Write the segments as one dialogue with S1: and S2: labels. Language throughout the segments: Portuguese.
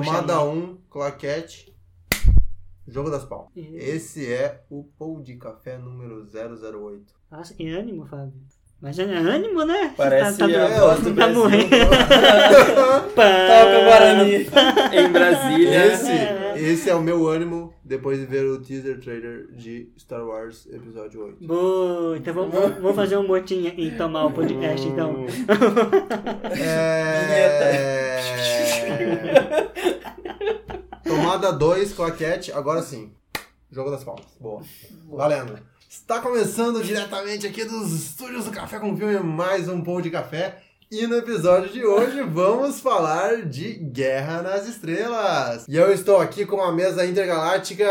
S1: Tomada 1, um, claquete. Jogo das palmas.
S2: E...
S1: Esse é o Pou de Café número 008.
S2: Nossa, que ânimo, Fábio. Mas é ânimo, né?
S3: Parece
S2: tá, tá,
S3: a
S2: doendo.
S3: voz do
S2: tá
S3: Brasil.
S2: morrendo. Pá.
S3: Toca o Guarani em Brasília.
S1: Esse, esse é o meu ânimo depois de ver o teaser trailer de Star Wars Episódio 8.
S2: Boa, então vamos, vamos- vamos fazer um motinho e tomar o podcast, então.
S1: É... Tomada 2, claquete, agora sim. Jogo das palmas. Boa. Valendo. Está começando diretamente aqui dos estúdios do Café com Filme, mais um pão de café. E no episódio de hoje vamos falar de Guerra nas Estrelas. E eu estou aqui com a mesa intergaláctica,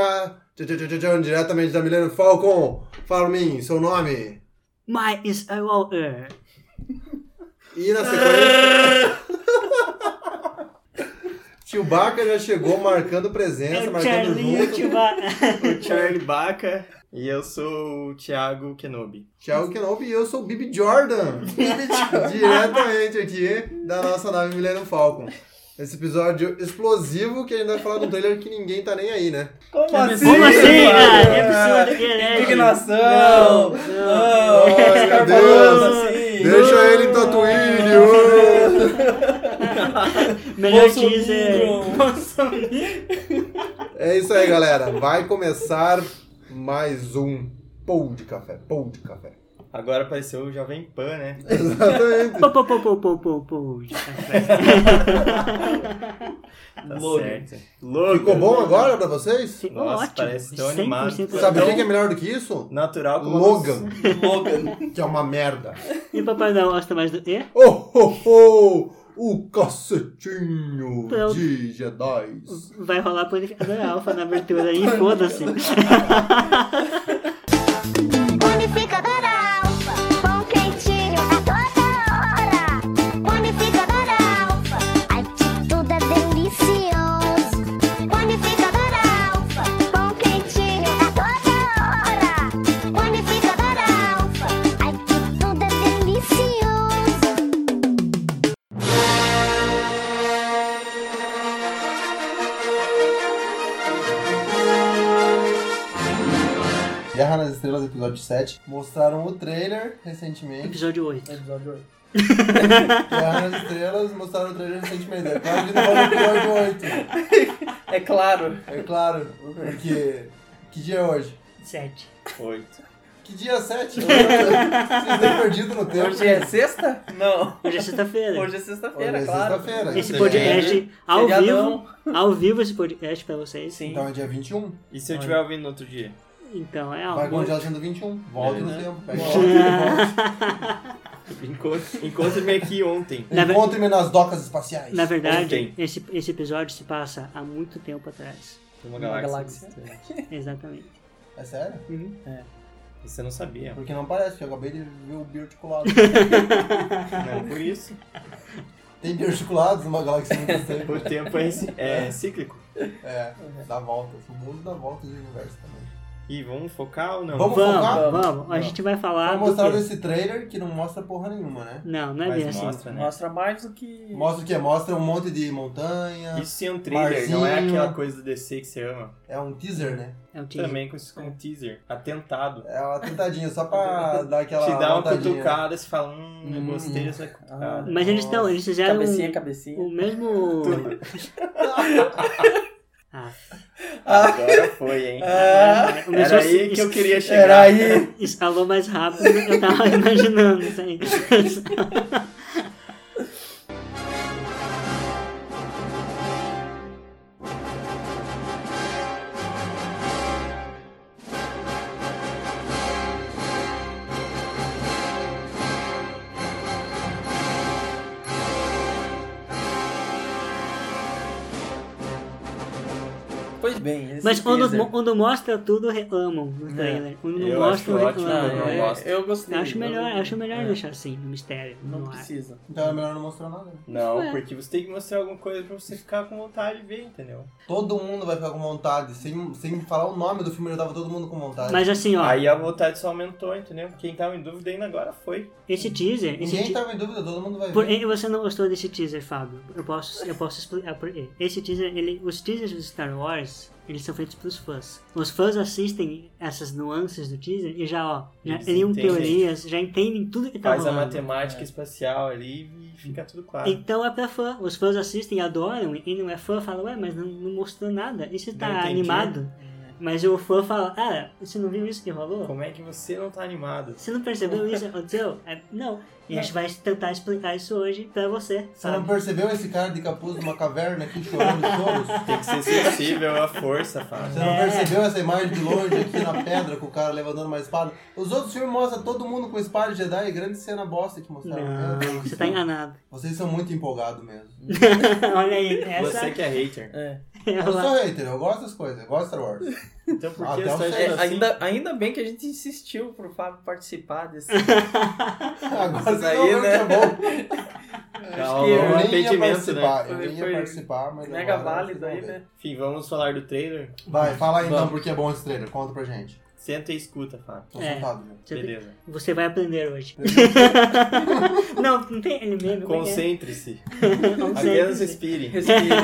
S1: tchau, tchau, tchau, tchau, diretamente da Millennium Falcon. Farmin, seu nome.
S2: My is a Walker.
S1: E na sequência. Chewbacca já chegou marcando
S2: É
S1: presença,
S2: o
S1: marcando
S2: Charlie
S1: junto.
S2: Chewbacca.
S3: O Charlie Baca e eu sou o Thiago Kenobi.
S1: Thiago Kenobi e eu sou o Bibi Jordan. diretamente aqui da nossa nave Millennium Falcon. Esse episódio explosivo que a gente vai falar de um trailer que ninguém tá nem aí, né?
S3: Como
S2: assim, Como assim, cara? É
S3: Ah,
S2: absurdo que ele é. Não,
S3: Indignação! Não,
S2: não.
S1: Ai,
S3: Oscar
S1: Deus.
S3: falando assim.
S1: Deixa ele em
S2: então,
S1: Tatooine! ô!
S2: Melhor
S3: Bolsonaro.
S2: teaser. Bolsonaro.
S1: É isso aí, galera. Vai começar mais um Pou de Café. Pou de Café.
S3: Agora apareceu o Jovem Pan, né?
S1: Exatamente.
S2: Pô, pô, pô, pô, pô, pô, pô.
S3: Tá
S4: Logan.
S3: certo. Logan.
S1: Ficou bom agora pra vocês?
S2: Ficou Assim,
S3: Nossa,
S2: ótimo.
S3: parece tão
S2: 100%
S3: animado.
S1: Sabe o que que é melhor do que isso?
S3: Natural como
S1: Logan,
S4: Logan.
S1: que é uma merda.
S2: E o Papai Noel gosta mais do quê?
S1: Oh, oh, oh! O cacetinho
S2: Pronto.
S1: de Jedi.
S2: Vai rolar panificador alfa na abertura aí, foda-se.
S5: Panificador Alfa, pão quentinho a toda hora. Panificador Alfa, ai que tudo é delicioso. Panificador Alfa, pão quentinho a toda hora. Panificador Alfa, ai que tudo é delicioso.
S1: Guerra nas Estrelas, episódio 7. Mostraram o trailer recentemente.
S2: Episódio 8.
S4: Episódio 8.
S1: Guerra nas Estrelas, mostraram o trailer recentemente. É claro que não vai no episódio 8.
S4: É claro.
S1: É claro, porque... Que dia é hoje?
S2: 7.
S3: Oito.
S1: Que dia é 7? Vocês estão perdidos no tempo.
S4: Hoje é sexta? Não.
S2: Hoje é sexta-feira.
S4: Hoje é sexta-feira,
S1: Hoje é
S4: claro.
S1: sexta-feira.
S2: Esse
S3: é
S2: podcast ao
S4: Feriadão.
S2: vivo. Ao vivo esse podcast pra vocês.
S4: Sim.
S1: Então é dia 21.
S3: E se eu estiver ouvindo no outro dia?
S2: Então é
S1: Vai
S2: algo.
S1: congelar sendo 21. Volta no
S3: É, né?
S1: tempo. Pega
S4: Volta.
S1: volta.
S3: Encontro- Encontre-me aqui ontem.
S2: Na ver-
S1: Encontre-me nas docas espaciais.
S2: Na verdade,
S3: Ontem.
S2: esse, esse episódio se passa há muito tempo atrás.
S3: Uma
S4: Uma
S3: galáxia.
S2: né? Exatamente.
S1: É sério? É
S3: Você não sabia.
S1: Porque não parece, que eu acabei de ver o biarticulado.
S3: Não, por isso.
S1: Tem biarticulados numa galáxia muito distante.
S3: O tempo é, ci- é cíclico.
S1: É, dá voltas. O mundo dá voltas e o universo também.
S3: E vamos focar ou não?
S1: Vamos
S2: Vamos,
S1: focar?
S2: vamos. A
S1: Vamos.
S2: gente vai falar
S1: Vamos
S2: do
S1: mostrar
S2: quê?
S1: esse trailer que não mostra porra nenhuma, né?
S2: Não, não é bem
S3: Mas
S2: assim.
S3: mostra, né?
S4: Mostra mais do que.
S1: Mostra o quê? Mostra um monte de montanha.
S3: Isso é um trailer, não é
S1: Barzinho.
S3: aquela coisa do DC que você ama.
S1: É um teaser, né?
S2: É o time.
S3: Também com isso como teaser. Atentado.
S1: É uma tentadinha, só pra dar aquela
S3: Te
S2: um
S3: dá uma
S1: vontadinha.
S3: cutucada, você fala, hum, eu
S4: Hum.
S3: gostei dessa cutucada.
S2: Mas eles estão, eles fizeram
S4: Cabecinha,
S2: um-
S4: cabecinha.
S2: o mesmo. ah,
S3: Agora foi, hein?
S2: É.
S4: Ah,
S2: o mesmo
S3: Era aí que eu queria
S4: era
S3: chegar.
S4: aí.
S2: Escalou mais rápido do que eu tava imaginando isso aí.
S4: Pois bem, esse
S2: Mas quando,
S4: teaser-
S2: mo- quando mostra tudo, reclamam no trailer. Quando não
S3: Eu
S2: mostra,
S3: acho ótimo,
S4: Não,
S2: reclamam.
S3: eu
S4: é-
S2: né?
S3: gosto.
S4: eu gostei.
S2: Acho melhor, acho melhor
S4: é.
S2: deixar assim, no mistério.
S4: Não
S2: no ar.
S4: precisa.
S1: Então é melhor não mostrar nada.
S3: Não,
S2: É.
S3: porque você tem que mostrar alguma coisa pra você ficar com vontade de ver, entendeu?
S1: Todo mundo vai ficar com vontade. Sem, sem falar o nome do filme, já tava todo mundo com vontade.
S2: Mas assim, ó,
S3: Aí a vontade só aumentou, entendeu? Quem tava em dúvida ainda agora foi.
S2: esse teaser. Esse
S1: Ninguém tá
S2: te...
S1: tava em dúvida, todo mundo vai
S2: Por
S1: ver.
S2: que você não gostou desse teaser, Fábio? Eu posso, eu posso explicar por quê. Esse teaser, ele, os teasers do Star Wars, eles são feitos pros fãs. Os fãs assistem essas nuances do teaser e já, ó, já
S3: Eles
S2: criam
S3: entendem.
S2: teorias, já entendem tudo que tá
S3: Faz a
S2: rolando.
S3: matemática espacial ali e fica tudo claro.
S2: Então é pra fã. Os fãs assistem, adoram, e quem não é fã fala, ué, mas não, não mostrou nada. E você tá
S3: Não entendi.
S2: animado? Mas o fã fala, ah, você não viu isso que rolou?
S3: Como é que você não tá animado?
S2: Você não percebeu isso que aconteceu? É, um não. E a gente vai tentar explicar isso hoje pra você.
S1: Você não percebeu esse cara de capuz numa caverna aqui chorando choros?
S3: Tem que ser sensível à força, Fábio.
S1: Você não
S2: É.
S1: percebeu essa imagem de longe aqui na pedra com o cara levantando uma espada? Os outros filmes mostram todo mundo com espada Jedi e grande cena bosta que mostraram. Meu Deus
S2: Não,
S1: do
S2: você
S1: céu.
S2: tá enganado.
S1: Vocês são muito empolgados mesmo.
S2: Olha aí, essa
S3: Você que é hater.
S4: É.
S2: é
S1: Eu
S2: uma...
S1: sou hater, eu gosto das coisas, eu gosto de Star Wars.
S3: Então por que
S1: Até o
S3: você
S1: Sérgio
S3: acha assim?
S4: É, ainda, ainda bem que a gente insistiu pro Fábio participar desse.
S1: Agora
S4: Essas
S1: vocês
S4: aí,
S1: vão ver o que Ah,
S4: né?
S1: é bom.
S3: Calma,
S4: que eu
S1: Eu
S3: um
S1: nem ia
S3: arrependimento, né?
S1: participar, eu
S4: Foi-
S1: nem ia
S4: foi
S1: participar, mas
S4: Mega
S1: agora
S4: válido
S1: vocês
S4: aí,
S1: vão ver.
S4: né?
S3: Enfim, vamos falar do trailer?
S1: Vai, fala aí então
S4: Vamos.
S1: porque é bom esse trailer, conta pra gente.
S3: Senta e escuta, Fábio.
S1: Tô
S2: É.
S1: sentado, viu?
S3: Beleza.
S2: Você vai aprender hoje. não, não tem ele mesmo. como é que é?
S3: Concentre-se.
S2: Concentre-se.
S3: Apenas respire.
S4: Respire,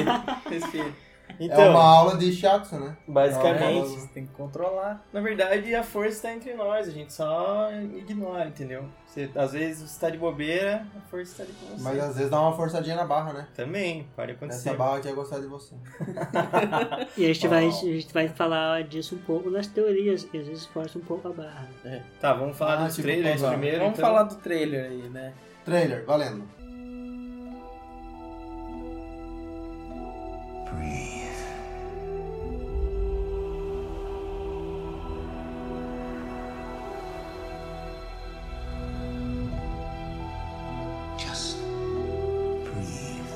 S4: respire.
S1: é uma
S3: Então,
S1: aula de shiatsu, né?
S3: basicamente,
S1: É.
S4: Você tem que controlar.
S3: na verdade, a força tá entre nós. A gente só ignora, entendeu? Você, às vezes você tá de bobeira, a força tá ali com você.
S1: Mas às vezes dá uma forçadinha na barra, né?
S3: Também, pode acontecer.
S1: Essa barra que ia gostar de você.
S2: E a gente, vai,
S1: Oh.
S2: a gente vai falar disso um pouco nas teorias, e às vezes força um pouco a barra.
S3: Tá, vamos falar
S1: Ah,
S3: dos
S1: tipo,
S3: trailers
S1: vamos lá.
S3: primeiro.
S4: Vamos
S3: então.
S4: falar do trailer aí, né?
S1: Trailer, valendo.
S6: Just breathe.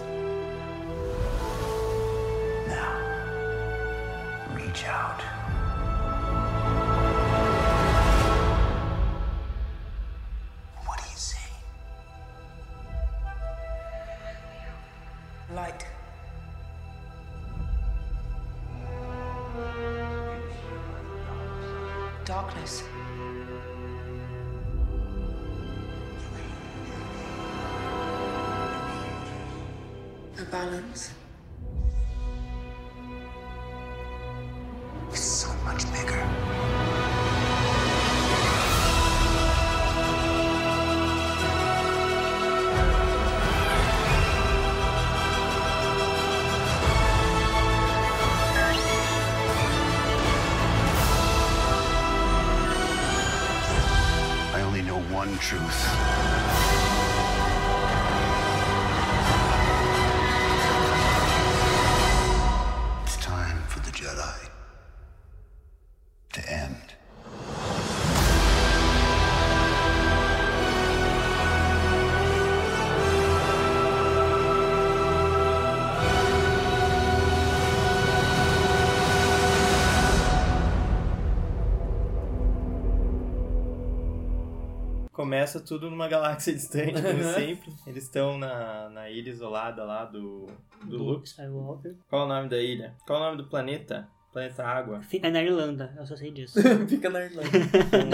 S6: Now, reach out. What do you see?
S7: Light. Darkness. A balance.
S6: It's so much bigger. I only know one truth. It's time for the Jedi to end.
S3: Começa tudo numa galáxia distante, como
S4: Uhum.
S3: sempre. Eles estão na, na ilha isolada lá do, do Luke.
S2: Skywalker.
S3: Qual o nome da ilha? Qual o nome do planeta? Planeta Água.
S2: Fi- É na Irlanda, eu só sei disso.
S4: Fica na Irlanda.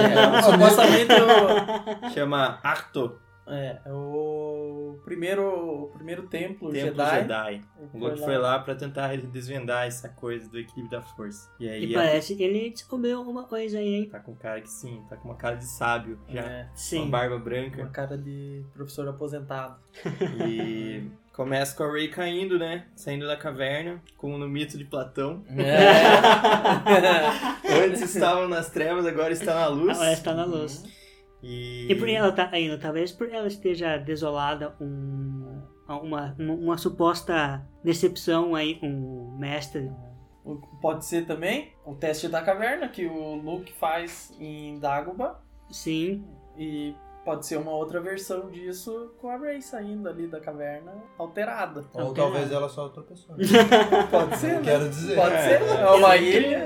S3: É,
S4: Supostamente o.
S3: Chama Arto,
S4: É, é o primeiro, o primeiro templo,
S3: Templo
S4: Jedi.
S3: Jedi. O Luke foi lá pra tentar desvendar essa coisa do equilíbrio da força. E aí
S2: E parece que ele descobriu uma coisa aí, hein?
S3: tá com cara que sim, tá com uma cara de sábio já.
S4: É,
S2: Sim.
S3: Uma barba
S4: uma
S3: branca.
S4: cara de professor aposentado.
S3: E começa com a Rey caindo, né? Saindo da caverna, como no mito de Platão.
S4: É.
S3: Antes estavam nas trevas, agora está na luz.
S2: Agora está tá na luz.
S3: E,
S2: é. E por que ela tá indo? Talvez por ela esteja desolada, um, uma, uma, uma suposta decepção aí com o mestre.
S4: O- Pode ser também o teste da caverna que o Luke faz em Dagobah
S2: Sim,
S4: e Pode ser uma outra versão disso com a Ray saindo ali da caverna alterada.
S1: Ou
S2: Não tem
S1: talvez
S2: nada.
S1: ela só outra pessoa.
S4: Pode ser,
S1: Não
S4: né?
S1: quero dizer.
S4: Pode
S1: É.
S4: ser, né? é uma
S2: Eu-
S4: ilha.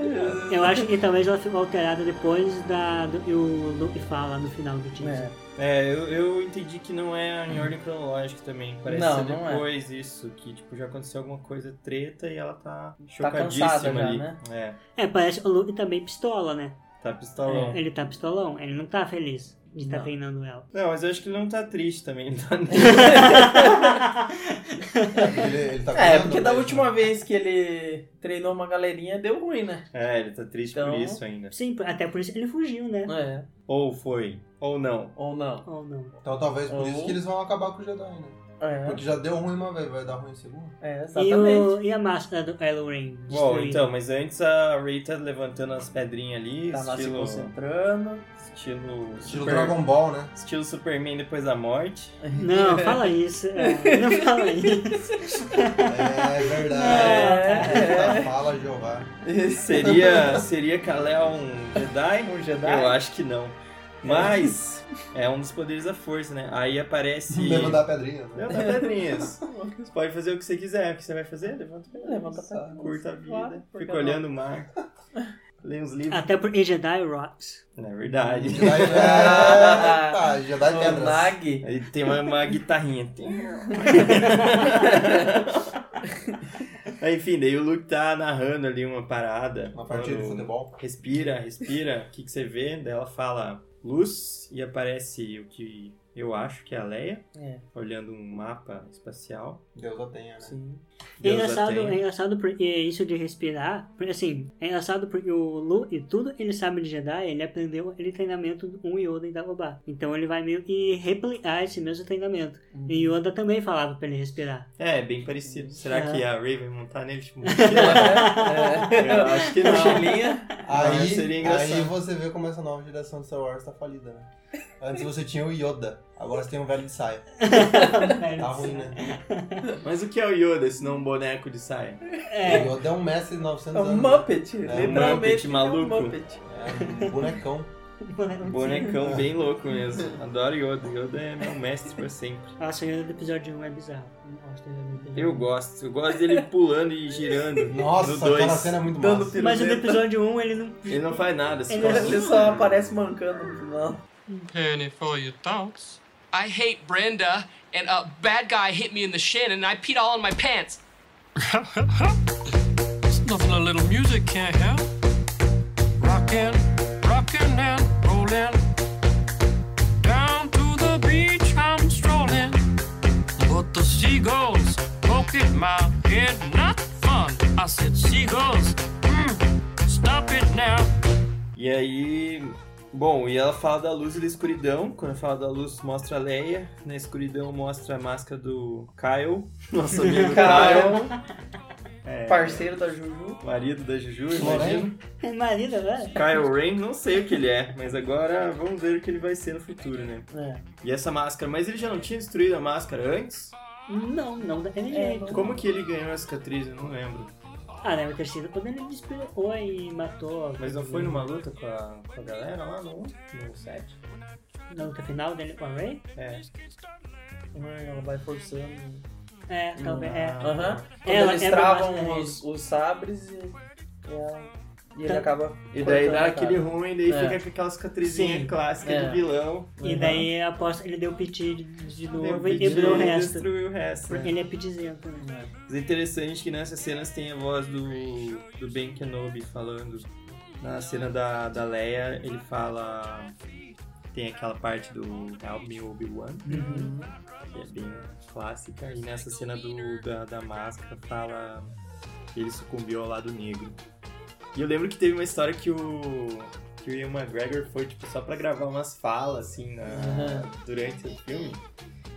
S2: Eu acho que talvez ela ficou alterada depois da, do que o Luke fala no final do teaser.
S4: É.
S3: É, eu, eu entendi que não é em ordem cronológica também. Parece
S4: Não,
S3: ser
S4: não é.
S3: depois isso, que tipo, já aconteceu alguma coisa treta e ela tá
S4: cansada
S3: chocadíssima
S4: já,
S3: ali.
S4: né?
S3: É,
S2: É, parece que o Luke também pistola, né?
S3: tá pistolão.
S2: Ele tá pistolão, ele não tá feliz de estar
S4: É. Não.
S2: treinando ela.
S3: Não, mas eu acho que ele não tá triste também, ele tá
S1: Ele, ele tá
S4: É,
S1: cuidando
S4: porque da
S1: mesmo.
S4: última vez que ele treinou uma galerinha deu ruim, né?
S3: É, ele tá triste por
S4: Então-
S3: isso ainda.
S2: Sim, até por isso que ele fugiu, né?
S4: É,
S3: Ou foi, ou não.
S4: ou não.
S2: Ou não.
S1: Então talvez por isso
S4: Ou-
S1: que eles vão acabar com o Jedi, né? Porque
S4: É,
S1: já deu ruim uma vez, vai dar ruim em segunda.
S4: é
S2: E,
S4: exatamente.
S2: o, e a máscara do Kylo Ren?
S3: Bom,
S2: destruída?
S3: então, mas antes a Ray tá levantando as pedrinhas ali,
S4: Tá lá se
S3: estilo,
S4: concentrando.
S3: estilo,
S1: Estilo
S3: super-
S1: Dragon Ball, né?
S3: estilo Superman depois da morte.
S4: então.
S2: Não, fala isso. é, não fala isso.
S1: É
S4: É.
S1: verdade. É. Fala, Jeová.
S3: Seria, seria Kal-El um Jedi? É.
S4: Um Jedi?
S3: Eu acho que não. Mas é um dos poderes da força, né? Aí aparece.
S1: Levantar a pedrinha. Né?
S3: Levanta pedrinhas. Você pode fazer o que você quiser. O que você vai fazer? Levanta pedrinhas.
S4: Levanta
S1: Tá,
S4: pra
S3: Curta a vida.
S4: Claro, é por
S3: Fica
S4: que não?
S3: olhando
S1: um.
S3: o mar. Lê uns livros.
S2: Até porque Jedi Rocks.
S3: Na Ah. é verdade.
S1: Jedi, é... tá, Jedi
S4: O
S1: Pedras.
S4: Nag.
S3: Ele tem uma, uma guitarrinha. Tem. Aí, Enfim, daí o Luke tá narrando ali uma parada.
S1: Uma partida de
S3: falando,
S1: futebol.
S3: Respira, respira. O que, que você vê? Daí ela fala luz e aparece o que eu acho que é a Leia.
S4: É.
S3: Olhando um mapa espacial.
S1: Deus a tenha, né?
S4: Sim.
S2: É
S3: Deus a
S2: engraçado,
S3: tenha.
S2: é engraçado porque isso de respirar, porque assim, é engraçado porque o Lu e tudo ele sabe de Jedi, ele aprendeu ele treinamento do um Yoda em Dagobah. Então ele vai meio que replicar esse mesmo treinamento. E
S3: Uhum.
S2: Yoda também falava pra ele respirar.
S3: É, bem parecido. Será
S2: É.
S3: que a Ray vai montar nele? Tipo, eu
S4: É,
S3: acho que
S4: é.
S3: não.
S4: Mochilinha.
S1: Aí,
S3: seria engraçado.
S1: aí você vê como essa nova geração de Star Wars tá falida, né? Antes você tinha o Yoda, agora você tem um velho de saia. Tá ruim, né?
S3: Mas o que é o Yoda, se não um boneco de saia?
S2: É,
S1: O Yoda é um mestre de 900
S4: É um
S1: anos.
S4: Muppet,
S1: É um
S4: literalmente.
S3: Muppet
S4: é um
S3: maluco.
S4: Muppet.
S1: É um bonecão.
S2: tipo, né,
S3: Um bonecão bem louco mesmo. Adoro Yoda. Yoda é meu mestre pra sempre.
S2: Nossa, o Yoda do episódio 1 é bizarro. é Eu não gosto do Yoda do episódio
S3: Eu
S2: 1.
S3: gosto. Eu gosto dele pulando e girando.
S1: Nossa,
S3: no dois.
S1: aquela cena é muito
S4: Dando
S1: massa.
S4: piruleta.
S2: Mas o do episódio 1 ele não.
S3: Ele não faz nada, se
S2: Ele
S3: fica
S4: Ele
S3: assim.
S4: só aparece mancando no final.
S8: Penny for your thoughts. I hate Brenda, and a bad guy hit me in the shin, and I peed all in my pants.
S9: It's nothing a little music can't help. Rockin', rockin' and rollin'. Down to the beach I'm strolling. But the seagulls poke at my head, not fun. I said, Seagulls, mm, stop it now.
S3: E aí. Bom, e ela fala da luz e da escuridão. Quando fala da luz, mostra a Leia. Na escuridão, mostra a máscara do Kyle. Nosso amigo Kyle. É.
S4: Caralho. Parceiro da Juju.
S3: Marido da Juju, imagino.
S2: É marido, velho.
S3: Kyle Ren, não sei o que ele é, mas agora vamos ver o que ele vai ser no futuro, né?
S4: É.
S3: E essa máscara, mas ele já não tinha destruído a máscara antes?
S2: Não, não daquele
S4: É,
S2: jeito.
S3: Como que ele ganhou a cicatriz? Eu não lembro.
S2: Ah, deve ter sido quando ele despirou e matou.
S3: Mas não foi numa luta com a, com a galera lá no, no set?
S2: Na luta final dele com a Ray?
S3: É.
S4: Ela vai forçando.
S2: É, talvez. É.
S4: Aham. Quando
S2: Ela-
S3: é
S4: eles
S2: ela
S4: travam
S2: mostra
S4: os, os sabres e, e, ela- e ele
S2: Tá.
S4: acaba.
S3: E daí
S4: cortando
S3: dá
S4: a
S3: aquele
S4: cara.
S3: ruim, daí
S4: É.
S3: fica com aquela cicatrizinha
S2: Sim.
S3: clássica
S4: É.
S3: do vilão.
S2: E daí aposto ele deu piti de novo
S3: Deu
S2: e quebrou Tipo, o
S3: pedido e
S2: resto.
S3: Destruiu o resto.
S2: Porque
S3: né?
S2: ele é pedizento, né?
S3: Mas é interessante que nessas cenas tem a voz do, do Ben Kenobi falando. Na cena da, da Leia, ele fala. Tem aquela parte do Help Me Obi-Wan, que é bem clássica. E nessa cena do, da, da máscara, fala. que Ele sucumbiu ao lado negro. E eu lembro que teve uma história que o. Que o Ian McGregor foi, tipo, só pra gravar umas falas, assim, na-
S4: Uhum.
S3: durante o filme.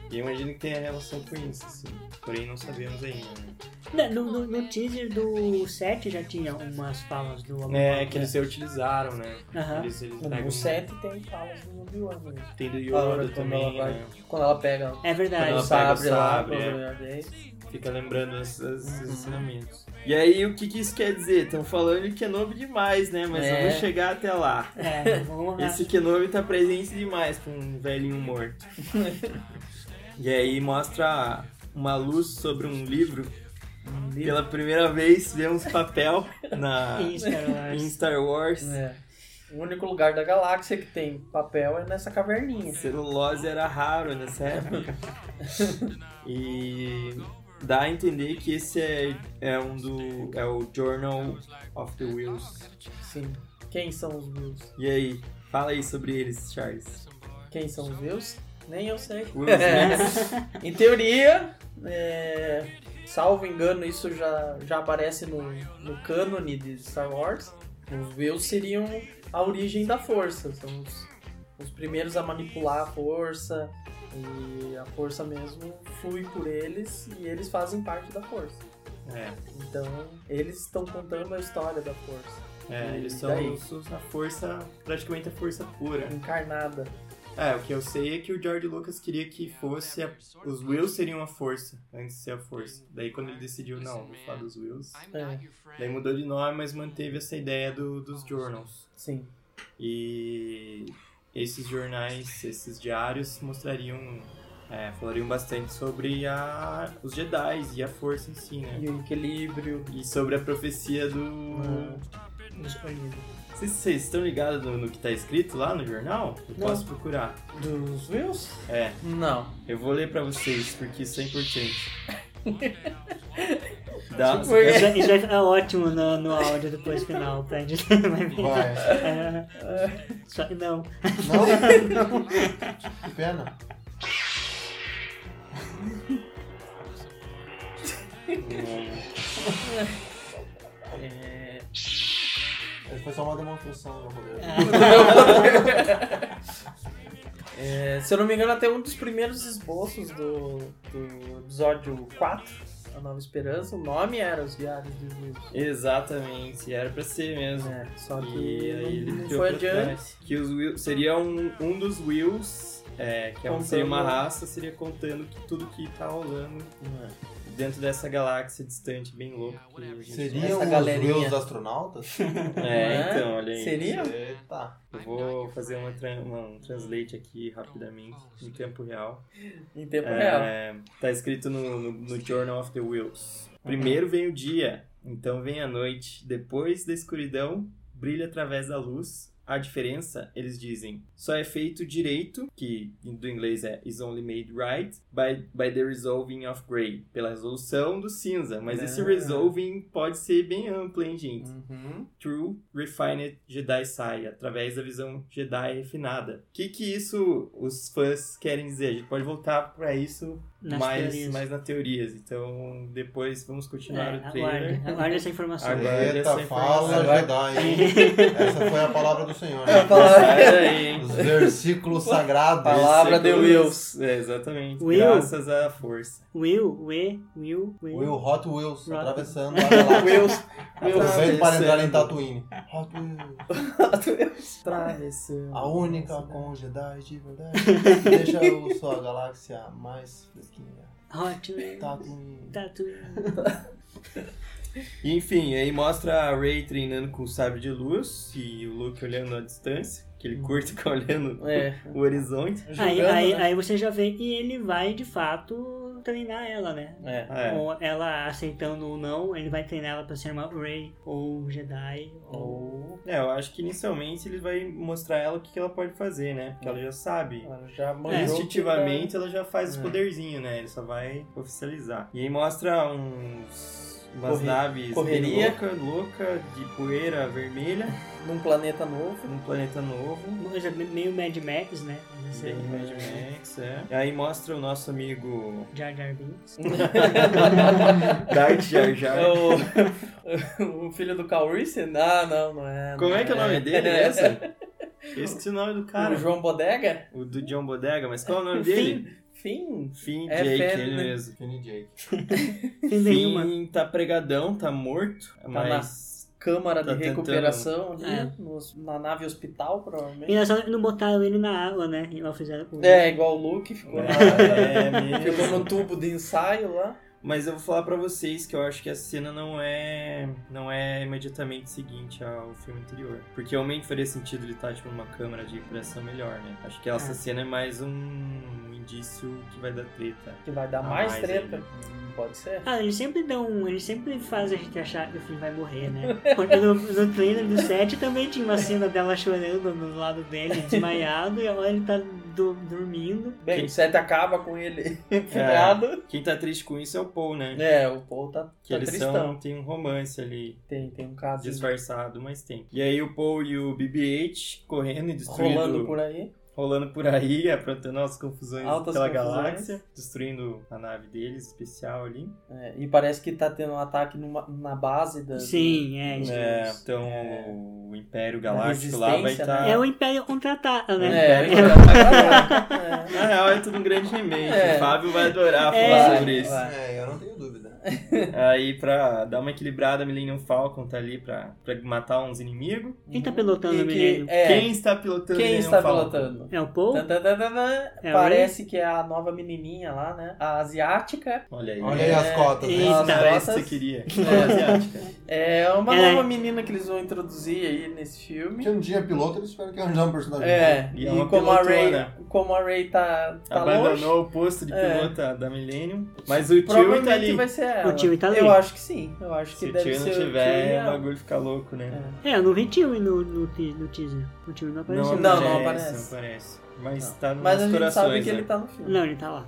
S3: E eu imagino que tem a relação com isso, assim. Porém, não sabemos ainda, né?
S2: Né, No, no- no teaser do 7 já tinha umas falas do Obi-Wan.
S3: É, que eles se utilizaram, né?
S2: Aham.
S3: Eles, eles
S4: O 7 tem falas do Obi-Wan mesmo.
S3: Tem do
S4: A
S3: Yoda
S4: hora quando
S3: também,
S4: ela vai-
S3: né?
S4: Quando ela pega
S2: É verdade.
S4: o
S3: Ela pega o
S4: sabre lá,
S3: sabre, é.
S4: quando ela-
S3: Fica lembrando esses esses ensinamentos. Uhum. E aí, o que, que isso quer dizer? Estão falando de Kenobi demais, né? Mas
S4: É.
S3: vamos chegar até lá.
S2: É, vamos lá.
S3: Esse Kenobi tá presente demais pra um velhinho morto. e aí mostra uma luz sobre um livro. Pela primeira vez vemos papel na,
S2: Em Star Wars.
S3: em Star Wars.
S4: É. O único lugar da galáxia que tem papel é nessa caverninha.
S3: Celulose era raro nessa época. e dá a entender que esse é, é um do. é o Journal of the Wheels.
S4: Sim. Quem são os Wills?
S3: E aí, fala aí sobre eles, Charles.
S4: Quem são os Wills? Nem eu sei.
S3: Will Smith.
S4: Em teoria, é, salvo engano, isso já, já aparece no, no cânone de Star Wars. Os Wills seriam um, a origem da força. São os, os primeiros a manipular a força. E a força mesmo flui por eles e eles fazem parte da força.
S3: é,
S4: Então, eles estão contando a história da força
S3: é, eles
S4: E
S3: são
S4: daí?
S3: os- a força, praticamente a força pura.
S4: encarnada.
S3: É, o que eu sei é que o George Lucas queria que fosse. a- os Wills seriam a força, antes de ser a força. Daí quando ele decidiu, não, vou falar dos Wills.
S4: É,
S3: Daí mudou de nome, mas manteve essa ideia do- dos Journals.
S4: sim.
S3: E esses jornais, esses diários mostrariam, é, falariam bastante sobre a, os Jedi e a força em si, né?
S4: E o equilíbrio.
S3: E sobre a profecia do.
S4: Ah. é disponível.
S3: Vocês, vocês estão ligados no, no que tá escrito lá no jornal? Eu
S4: Não.
S3: posso procurar.
S4: Dos Wills?
S3: É,
S4: Não.
S3: eu vou ler pra vocês porque isso é importante. Dá,
S4: Porque-
S2: Isso, isso vai ficar ótimo no, no áudio depois final, tá? A gente vai ver.
S1: Vai.
S2: É, Só que não.
S1: Não? Que pena.
S4: É,
S1: Foi só uma demonstração, meu poder.
S4: É, se eu não me engano, até um dos primeiros esboços do, do episódio 4, A Nova Esperança, o nome era Os Diários de Wills.
S3: exatamente, era pra ser mesmo.
S4: É, só que
S3: E aí ele
S4: não, não
S3: criou
S4: foi
S3: pra
S4: adiante.
S3: trás. Que os Will, seria um, um dos Wills, é, que é um- seria uma
S4: Contando. é.
S3: raça, seria contando que tudo que tá rolando dentro dessa galáxia distante, bem louca. que a gente-
S1: Seriam
S4: Essa
S1: os
S4: galerinha.
S1: meus astronautas?
S3: É,
S4: Né?
S3: então, olha aí.
S4: Seria?
S1: Eita.
S3: Eu vou fazer uma, tran- uma- um translate aqui rapidamente, em tempo real.
S4: Em tempo real.
S3: É, tá escrito no, no- no Journal of the Wills. Primeiro vem o dia, então vem a noite. Depois da escuridão, brilha através da luz. A diferença, eles dizem, só é feito direito, que do inglês é is only made right, by, by the resolving of grey, pela resolução do cinza. Mas esse
S4: Ah.
S3: resolving pode ser bem amplo, hein, gente?
S4: Uhum.
S3: True Refined Jedi Sai, através da visão Jedi refinada. O que, que isso os fãs querem dizer? A gente pode voltar pra isso
S2: Nas
S3: mais,
S2: teorias.
S3: mais na teorias. Então, depois vamos continuar
S2: É,
S3: o trailer.
S2: aguarde, aguarde essa informação.
S3: Agora-
S1: Eita,
S3: essa
S1: fala
S4: informação.
S1: Jedi, hein? Essa foi a palavra do Senhor. né?
S4: É, a palavra-
S3: Sai daí, hein?
S1: Os versículos sagrados.
S4: Palavra de Wills.
S3: É, exatamente.
S2: Will.
S3: Graças à força.
S2: Will, we, Will, Will.
S1: Will Hot Wheels,
S2: Hot-
S1: atravessando a galáxia.
S4: Wills.
S1: Aproveito para entrar em
S3: Atravessando.
S1: Tatooine. Hot Wheels,
S3: Travessando.
S1: a única com né? os Jedi de verdade. Deixa o sua galáxia mais fresquinha. Tá
S2: Hot Will.
S3: Tá.
S2: Tá
S1: Tatooine.
S2: Tatooine.
S3: Enfim, aí mostra a Rey treinando com o sábio de luz e o Luke olhando à distância, que
S2: Hum.
S3: ele curte ficar olhando
S4: É.
S3: o horizonte.
S2: Aí,
S4: Julgando,
S2: aí,
S4: né?
S2: aí você já vê, e ele vai de fato treinar ela, né?
S4: É.
S3: Ah, é.
S2: Ou ela aceitando ou não, ele vai treinar ela pra ser uma Rey ou um Jedi. Ou...
S4: Ou
S3: É, eu acho que inicialmente ele vai mostrar ela o que que ela pode fazer, né? Porque ela já sabe.
S4: ela já mandou.
S3: Instintivamente ela já faz os
S4: É.
S3: poderzinhos, né? Ele só vai oficializar. E aí mostra uns. umas
S4: Corre-
S3: naves
S4: correria.
S3: bem louca, louca, de poeira vermelha,
S4: pra- Num planeta novo.
S3: num planeta novo.
S2: Uma coisa meio Mad Max, né? Esse
S3: Bem Mad Max, é. E aí mostra o nosso amigo
S2: Jar Jar Binks.
S3: Darth Jar Jar.
S4: É o, o filho do Cal Reese? Ah, não, não é.
S3: Como
S4: não
S3: é que é o nome dele?
S4: É.
S3: Essa? Eu esqueci o nome do
S4: O
S3: cara.
S4: João Bodega?
S3: O do John Bodega, mas qual é o nome dele?
S4: Fim.
S3: Fim,
S4: É
S3: Jake,
S4: fé,
S3: ele
S4: né?
S3: mesmo.
S1: Kenny Jake.
S2: Tem nenhuma.
S3: Fim tá pregadão, tá morto, mas...
S4: Câmara
S3: Tá
S4: de
S3: tentando-
S4: recuperação ali,
S2: É.
S4: nos- na nave hospital, provavelmente.
S2: Engraçado que não botaram ele na água, né? Igual fizeram com o
S4: É, igual o Luke, ficou, na-
S3: É, mesmo.
S4: ficou no tubo de ensaio lá.
S3: Mas eu vou falar pra vocês que eu acho que a cena não é não é imediatamente seguinte ao filme anterior. Porque realmente faria sentido ele estar tipo numa câmera de impressão melhor, né? Acho que essa
S2: É.
S3: cena é mais um indício que vai dar treta.
S4: Que vai dar
S3: Ah,
S4: mais
S3: mais
S4: treta.
S3: ainda.
S4: Pode ser.
S2: Ah, eles sempre dão um, eles sempre fazem a gente achar que o filho vai morrer, né? Porque no, no trailer do 7 também tinha uma cena dela chorando do lado dele, desmaiado, e agora ele tá do- dormindo.
S4: Bem,
S3: Quem-
S4: o set acaba com ele
S3: É.
S4: enfiado.
S3: Quem tá triste com isso é o Paul, né?
S4: É, o Paul tá,
S3: Que
S4: tá
S3: eles
S4: tristão.
S3: são, tem um romance ali
S4: Tem, tem um caso
S3: disfarçado, mas tem. E aí o Paul e o BB-8 correndo e destruindo,
S4: rolando por aí.
S3: rolando por aí, aprontando as confusões
S4: Altas
S3: pela
S4: confusões.
S3: galáxia, destruindo a nave deles, especial ali.
S4: É, e parece que tá tendo um ataque numa- na base da.
S2: Sim, é isso.
S3: É,
S4: Deus.
S3: então
S4: É.
S3: o Império Galáctico lá vai tá
S4: resistência,
S3: estar.
S4: né?
S2: É o Império contratado,
S4: É,
S2: né?
S4: é,
S3: tá
S4: é,
S3: Na real, é tudo um grande remake.
S4: É.
S3: O Fábio vai adorar falar
S2: É.
S4: Vai,
S3: sobre isso.
S4: vai.
S1: É, eu não tenho dúvida.
S3: Aí, pra dar uma equilibrada, Millennium Falcon tá ali pra, pra matar uns inimigos.
S2: Quem tá pilotando
S4: E
S2: o
S4: que-
S2: menino?
S4: é,
S3: Quem está pilotando
S4: quem
S3: Millennium
S4: está
S3: Falcon?
S4: pilotando?
S2: É o Paul?
S4: Tan, tan, tan, tan, tan.
S2: É o
S4: Parece que é a nova menininha lá, né? A asiática. É.
S3: Olha aí. É,
S1: Olha aí as cotas, né?
S2: Eita.
S4: As
S3: Cara, esse você
S4: cotas.
S3: queria. É asiática.
S4: É uma
S2: É.
S4: nova menina que eles vão introduzir aí nesse filme.
S1: Porque um dia é piloto, eles esperam que arranjar um personagem.
S4: É,
S3: E
S4: e,
S3: é uma
S4: como, a Ray,
S3: pilotona.
S4: como a Ray tá, tá longe,
S3: Abandonou o posto de
S4: É.
S3: pilota da Millennium. Mas o Tio tá
S4: provavelmente
S3: ali.
S4: vai ser ela.
S2: O Chewie tá ali.
S4: Eu acho que sim. Eu acho
S3: Se
S4: que
S3: o
S4: deve
S3: Tio
S4: ser
S3: não
S4: o Chewie e
S3: tiver, é
S4: a-
S3: o bagulho fica louco, né?
S4: É.
S2: É, eu não vi Tio no, no, te- no teaser. O Tio não apareceu. é-
S4: Não, não
S3: Não
S4: aparece.
S3: aparece. Mas
S4: Não.
S3: tá nos
S4: Mas a gente
S3: corações.
S4: sabe que
S3: né?
S4: ele tá no filme.
S2: Não, ele tá lá.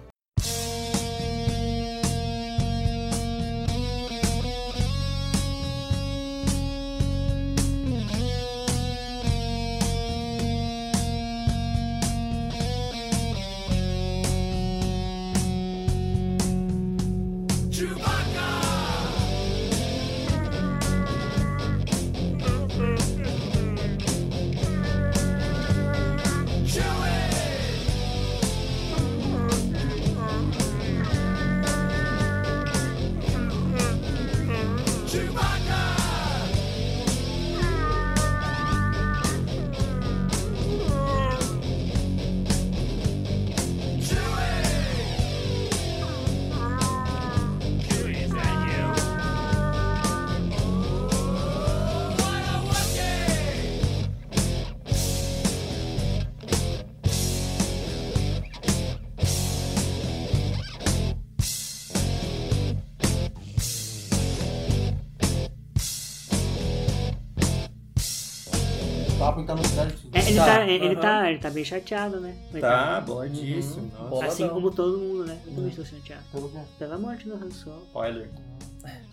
S1: O Papo tá nos créditos.
S2: É, ele, tá,
S4: Tá,
S2: é, ele,
S4: aham.
S2: tá, ele tá bem chateado, né? Coitado.
S3: Tá, boladíssimo.
S4: Uhum.
S3: Nossa.
S4: Bola-
S2: Assim
S4: Boladão. É.
S2: como todo mundo, né? Eu também estou chateado.
S1: Pelo quê?
S2: Pela morte do Han Solo.
S3: Spoiler.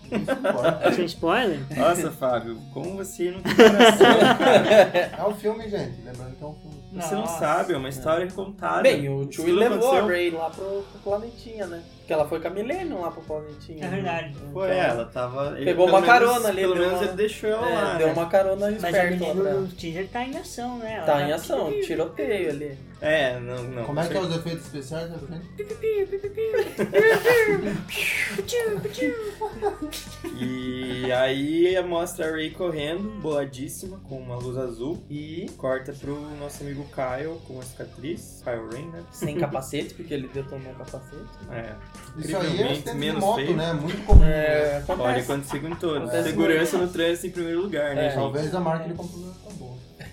S1: Isso importa.
S2: Isso é spoiler?
S3: Nossa, Fábio, como você não tem coração, cara?
S1: É um filme, gente. Lembrando que é um filme.
S3: Você não
S4: Nossa.
S3: sabe, é uma história contada.
S4: Bem, o
S3: Isso
S4: Chewie
S3: tudo
S4: levou
S3: aconteceu.
S4: a Ray lá pro, pro planetinha, né? Porque ela foi com a Millennium lá pro planetinha.
S2: É verdade.
S4: Né?
S3: Foi
S4: Então,
S3: ela, tava. ele,
S4: Pegou
S3: pelo
S4: uma carona ali,
S3: Pelo
S4: deu
S3: menos
S4: uma-
S3: ele deixou ela
S4: é,
S1: Então,
S3: lá.
S4: deu
S3: né?
S4: uma
S2: Mas
S4: carona
S2: a
S4: esperta lá pra
S2: menina
S4: ela.
S2: no teaser tá em ação, né? Ela
S4: né? Tá em ação, tiroteio ali.
S3: É, não, não.
S1: Como é que é os efeitos especiais? né, gente?
S3: E aí mostra a Ray correndo, boladíssima, com uma luz azul. E corta pro nosso amigo Kyle com a cicatriz. Kyle Rain, né?
S4: Sem capacete, porque ele detonou o capacete.
S3: É.
S1: Isso aí é
S3: Incrivelmente
S1: acidente de
S3: menos
S1: moto,
S3: feio.
S1: né? Muito comum.
S4: É,
S3: Pode
S4: acontece.
S3: acontecer com todos.
S4: Acontece
S3: Segurança no trânsito em primeiro lugar, né,
S4: É.
S3: gente?
S1: Talvez a marca ele comprou tá boa.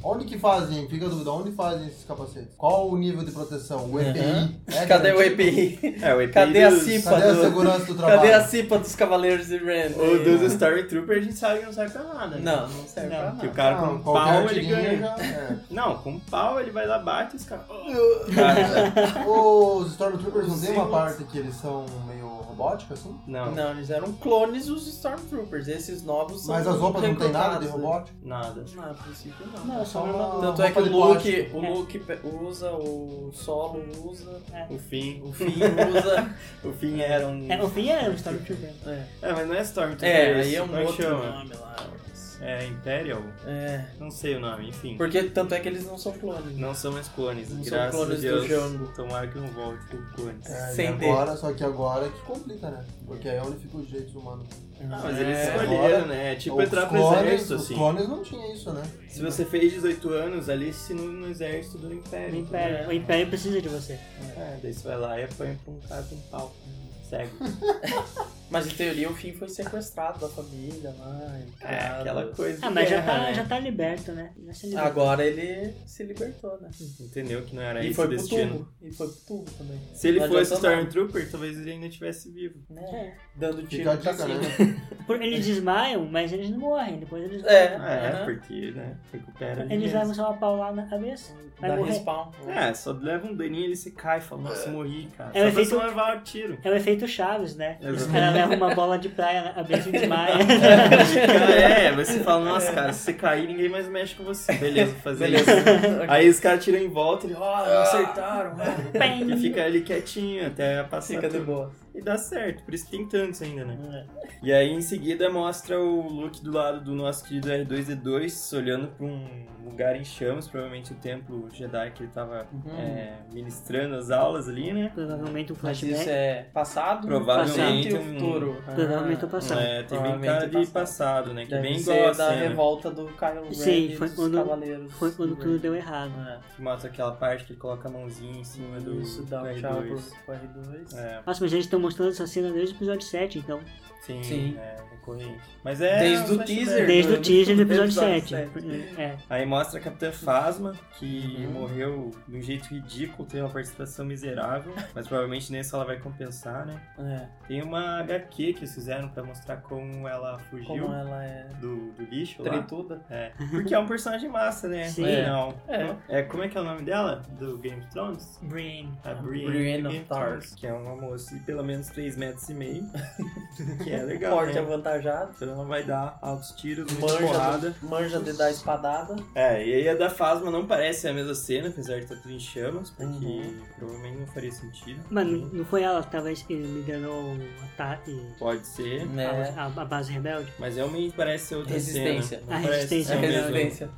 S1: Onde que fazem? Fica a dúvida, onde fazem esses capacetes? Qual o nível de proteção? O EPI? É
S4: Cadê o
S1: garantido?
S4: EPI?
S3: É, o EPI
S4: Cadê a
S3: dos-
S4: cipa?
S1: Cadê a
S4: do-
S1: segurança do trabalho?
S4: Cadê a cipa dos Cavaleiros de Ren?
S3: O dos Stormtrooper a gente sabe que não serve pra nada. né?
S4: Não, não serve pra
S3: Que o
S4: nada.
S3: cara com
S1: Não,
S3: um pau
S1: qualquer
S3: ele
S1: tirinha
S3: ganha.
S1: já... é.
S3: Não, com um pau ele vai lá, bate os caras. Cara,
S1: Os Stormtroopers não tem uma
S3: Sim.
S1: parte que eles são meio robóticos, assim?
S3: não,
S4: Não, eles eram clones dos Stormtroopers. Esses novos são
S1: Mas as roupas não tem nada de
S4: recrutados, né?
S1: robótico?
S3: nada.
S4: Não, a princípio não.
S1: É só
S2: um
S1: uma
S4: Tanto é que o Luke, o Luke pe- usa, o Solo usa,
S3: O fim.
S4: o Finn usa.
S3: O fim era um.
S2: É, o fim é o Stormtrooper.
S4: É,
S3: É, mas não é Stormtrooper.
S4: é
S3: esse,
S4: aí é um
S3: como que
S4: outro
S3: chama?
S4: nome lá.
S3: É Imperial?
S4: É.
S3: Não sei o nome, enfim.
S4: Porque tanto é que eles não são clones. né?
S3: Não são mais clones,
S4: Não são
S3: graças
S4: clones
S3: a
S4: do
S3: Deus.
S4: Django.
S3: Tomara que não volte por clones.
S1: É, e
S4: Sem
S1: agora, só que agora é que complica, né? Porque aí unifica os direitos humanos.
S3: Ah, mas eles
S4: É,
S3: escolheram,
S1: agora,
S3: né? É tipo
S1: Os
S3: entrar pro
S1: clones-
S3: exército,
S1: Os
S3: assim.
S1: clones não tinha isso, né?
S3: Se você fez 18 anos, ali se no, no exército do Império.
S2: O
S4: É.
S2: Império, o Império precisa de você.
S3: É, daí você vai lá e apanha pra um cara com um pau. Cego.
S4: Mas em teoria o Finn foi sequestrado da família lá. e
S3: É,
S4: criado.
S3: aquela coisa.
S2: Ah,
S3: de
S4: É.
S2: mas já
S3: guerra,
S2: tá,
S3: né?
S2: já tá liberto, né? Já se libertou.
S4: Agora ele se libertou, né?
S3: Entendeu que não era É
S4: E
S3: esse
S4: foi
S3: o
S4: pro
S3: destino.
S4: tubo. E foi pro tubo também. Tá
S3: Se ele
S4: Não
S3: fosse
S4: adiantou nada.
S3: Stormtrooper, talvez ele ainda estivesse vivo.
S4: Né? Dando
S1: Fica a
S4: tiro pra
S1: dica,
S4: cima.
S1: né?
S2: Por- Eles desmaiam, mas eles não morrem. Depois eles
S4: É,
S3: Ah, é,
S4: aham.
S3: porque, né? Recupera ali
S2: Eles
S3: mesmo.
S2: levam só uma paulada na cabeça. Vai
S4: Dá
S2: morrer.
S4: respawn.
S3: É, só leva um daninho ele se cai e fala, nossa, morri, cara.
S2: É,
S3: É,
S2: eu
S3: só pra
S2: fiz
S3: você
S2: um-
S3: levar o tiro.
S2: É o efeito Chaves, né?
S4: É
S2: Os
S3: Exatamente.
S2: caras levam uma bola de praia na cabeça e desmaia.
S4: É
S3: é, você fala, nossa, cara, se você cair, ninguém mais mexe com você. Beleza, vou fazer
S4: Beleza.
S3: isso. Aí os caras tiram em volta, ele, ó, não acertaram, ó.
S2: Pem.
S3: E fica ali quietinho até passar
S4: né? Fica de
S3: tudo.
S4: boa. É.
S3: E dá certo, por isso tem tantos ainda, né? E aí em seguida mostra o Luke do lado do nosso querido R2D2 olhando pra um lugar em chamas, provavelmente o templo Jedi que ele tava
S4: Uhum.
S3: é, ministrando as aulas ali, né?
S2: Provavelmente um
S4: Mas isso
S2: flashback.
S4: é passado,
S3: Provavelmente
S4: presente e
S3: um-
S4: o futuro.
S2: Provavelmente o
S4: Ah,
S2: passado.
S3: É, tem bem
S4: Provavelmente
S3: cara de
S4: passado.
S3: passado, né? Que é
S4: deve
S3: bem
S4: ser
S3: igual a
S4: da
S3: cena
S4: revolta do Kylo Ren
S2: Sim,
S4: e
S2: foi
S4: dos
S2: quando-
S4: cavaleiros.
S2: Foi quando tudo deu errado.
S4: É.
S3: que mostra aquela parte que ele coloca a mãozinha em cima do,
S4: Isso, dá
S3: do
S4: um
S3: R2.
S4: tchau pro, pro R2.
S3: É,
S2: Nossa, mas eles estão mostrando essa cena desde o episódio 7, então.
S3: sim,
S4: Sim.
S3: é recorrente. Mas é
S4: Desde
S3: um
S4: o
S3: flashback.
S4: teaser.
S2: Desde o
S4: do-
S2: teaser do
S4: do
S2: episódio
S4: episódio
S2: 7. É.
S3: Aí mostra a Capitã Phasma, que
S4: Uhum.
S3: morreu de um jeito ridículo, tem uma participação miserável, mas provavelmente nessa ela vai compensar, né?
S4: É,
S3: Tem uma HQ que eles fizeram pra mostrar como ela fugiu
S4: como ela é
S3: do, do lixo lá.
S4: trituda.
S3: É. Porque é um personagem massa, né?
S2: Sim.
S3: Não.
S4: É.
S3: É. como é que é o nome dela? Do Game of Thrones?
S2: Brain.
S4: tá,
S3: A
S4: Brienne
S3: Brienne
S4: of
S3: of
S4: Tarth.
S3: Tarth, que é uma moça de pelo menos 3 metros e meio, que é legal,
S4: Forte,
S3: né?
S4: avantajado.
S3: Então ela vai dar altos tiros, muita porrada.
S4: Manja, do- manja de dar espadada.
S3: É, e aí a da Fasma não parece a mesma cena, apesar de estar tudo em chamas, porque
S4: Uhum.
S3: provavelmente não faria sentido.
S2: Mano, não foi ela que tava eh, liderando o ataque
S3: Pode ser,
S4: Né?
S3: É
S2: a, a base rebelde?
S3: mas realmente parece ser outra
S4: Resistência.
S3: cena. Não
S2: A
S3: parece
S2: resistência.
S4: É
S3: ser o
S2: É
S3: mesmo-
S4: resistência.